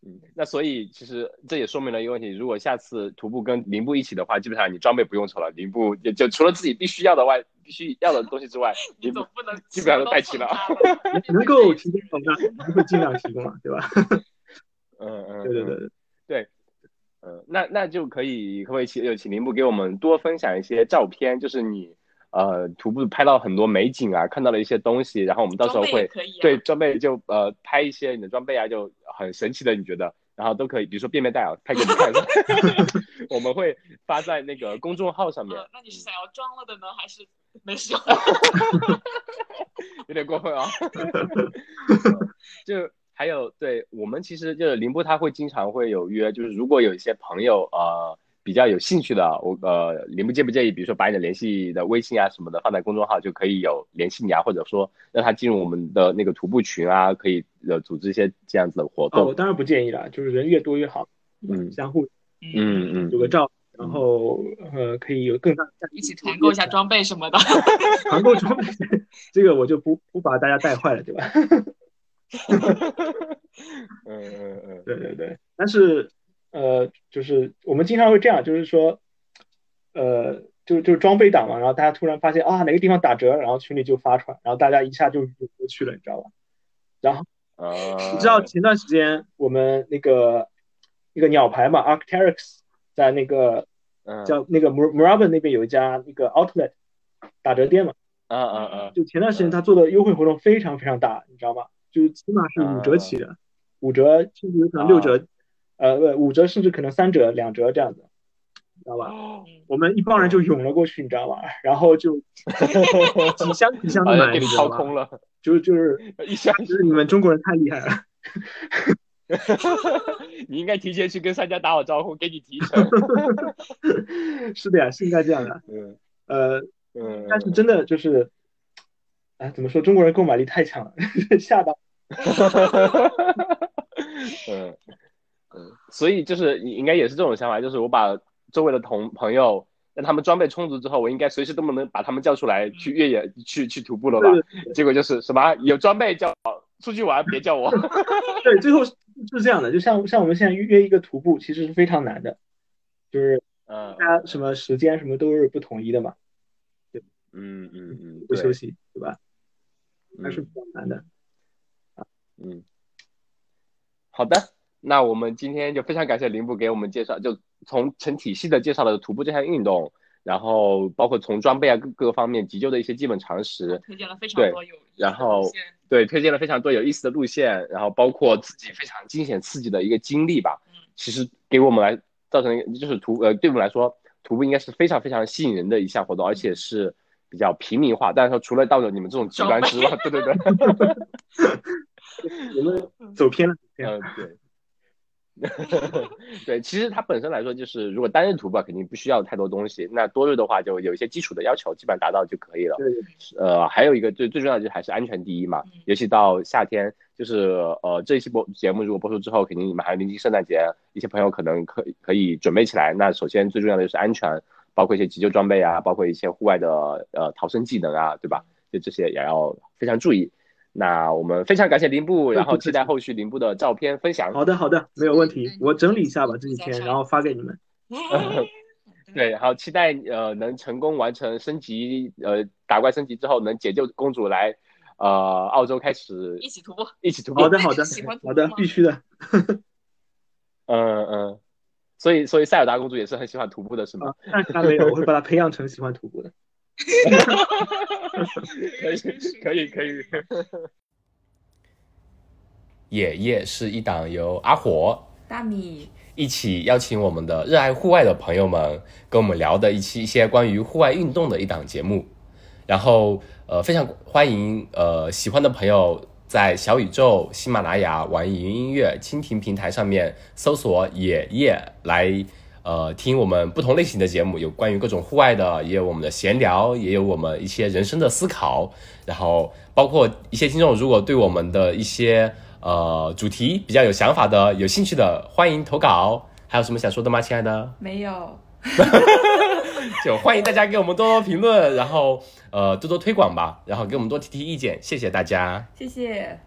嗯，那所以其实这也说明了一个问题：如果下次徒步跟林布一起的话，基本上你装备不用愁了。林布也就除了自己必须要的外，必须要的东西之 外，你林布总不能基本上都带齐了 能够提供到那会尽量提供嘛， 对吧？嗯嗯，对对对，对嗯，那那就可以，可不可以请有请林布给我们多分享一些照片，就是你呃徒步拍到很多美景啊，看到了一些东西，然后我们到时候装备也会可以啊对装备就呃拍一些你的装备啊，就很神奇的你觉得，然后都可以，比如说便便袋啊，拍给我们看， 我们会发在那个公众号上面，呃那你是想要装了的呢，还是没事？有点过分 啊。就还有对我们其实就是林波他会经常会有约，就是如果有一些朋友呃比较有兴趣的，我呃，您不介不介意，比如说把你的联系的微信啊什么的放在公众号，就可以有联系你啊，或者说让他进入我们的那个徒步群啊，可以呃组织一些这样子的活哦，我动。当然不建议了，就是人越多越好，嗯相互嗯嗯，有个照，然后呃可以有更大的价值一起团购一下装备什么的。团购装备， 这个我就不不把大家带坏了，对吧？ 嗯嗯嗯对对对，但是呃，就是我们经常会这样，就是说，呃，就就装备党嘛，然后大家突然发现啊哪个地方打折，然后群里就发出来，然后大家一下就涌过去了，你知道吧？啊， 你知道前段时间我们那个那个鸟牌嘛，Arcteryx 在那个嗯叫那个 Mur Muraban 那边有一家那个 outlet 打折店嘛，啊啊啊，就前段时间他做的优惠活动非常非常大，你知道吗？就是起码是五折起的，五折甚至有可能六折，呃，不，五折甚至可能三折、两折这样子，知道吧？ 嗯我们一帮人就涌了过去，你知道吧？然后就几箱几箱好像的买，哎给你你知掏道吧？空了， 就就是一下就是你们中国人太厉害了，你应该提前去跟商家打好招呼，给你提成。 是的呀，是应该这样的。嗯呃，嗯，但是真的就是，哎，怎么说？中国人购买力太强了， 吓到。嗯， 嗯，所以就是你应该也是这种想法，就是我把周围的同朋友让他们装备充足之后，我应该随时都能把他们叫出来去越野、去去徒步了吧？对结果就是什么有装备叫出去玩，别叫 我。对，最后是是这样的，就像像我们现在约一个徒步，其实是非常难的，就是嗯大啊家什么时间什么都是不统一的嘛，嗯嗯嗯，不对，休息，对吧？还是嗯比较难的。嗯，好的，那我们今天就非常感谢林布给我们介绍，就从成体系的介绍了徒步这项运动，然后包括从装备啊各各个方面急救的一些基本常识，推荐了非常多有意思的然后路线对，推荐了非常多有意思的路线，然后包括自己非常惊险刺激的一个经历吧嗯。其实给我们来造成一个就是徒呃，对我们来说，徒步应该是非常非常吸引人的一项活动，而且是比较平民化。但是说除了到了你们这种极端之外，对对对，我们走偏了，走偏了嗯对。 对，其实它本身来说，就是如果单日徒步啊，肯定不需要太多东西。那多日的话，就有一些基础的要求，基本上达到就可以了。对对对呃，还有一个最最重要的就是还是安全第一嘛嗯，尤其到夏天，就是呃这一期播节目如果播出之后，肯定马上临近圣诞节，一些朋友可能可以可以准备起来。那首先最重要的就是安全，包括一些急救装备啊，包括一些户外的呃逃生技能啊，对吧？嗯就这些也要非常注意。那我们非常感谢林布，然后期待后续林布的照片分享。好的好的，没有问题嗯，我整理一下吧这几天，然后发给你们。 对，然后期待呃能成功完成升级，呃打怪升级之后能解救公主来呃澳洲开始一起徒步，一起徒步。好的好的喜欢徒步好的吗，必须的。嗯嗯，所以所以塞尔达公主也是很喜欢徒步的，是吗？啊，但是他没有，我会把他培养成喜欢徒步的。 可以可以可以。野夜是一档由阿火大米，一起邀请我们的热爱户外的朋友们，跟我们聊的一期一些关于户外运动的一档节目。然后呃，非常欢迎呃喜欢的朋友在小宇宙、喜马拉雅、网易云音乐、蜻蜓平台上面搜索“野夜”来呃听我们不同类型的节目，有关于各种户外的，也有我们的闲聊，也有我们一些人生的思考。然后包括一些听众，如果对我们的一些呃主题比较有想法的、有兴趣的，欢迎投稿。还有什么想说的吗，亲爱的？没有， 就欢迎大家给我们多多评论，然后呃多多推广吧，然后给我们多提提意见，谢谢大家。谢谢。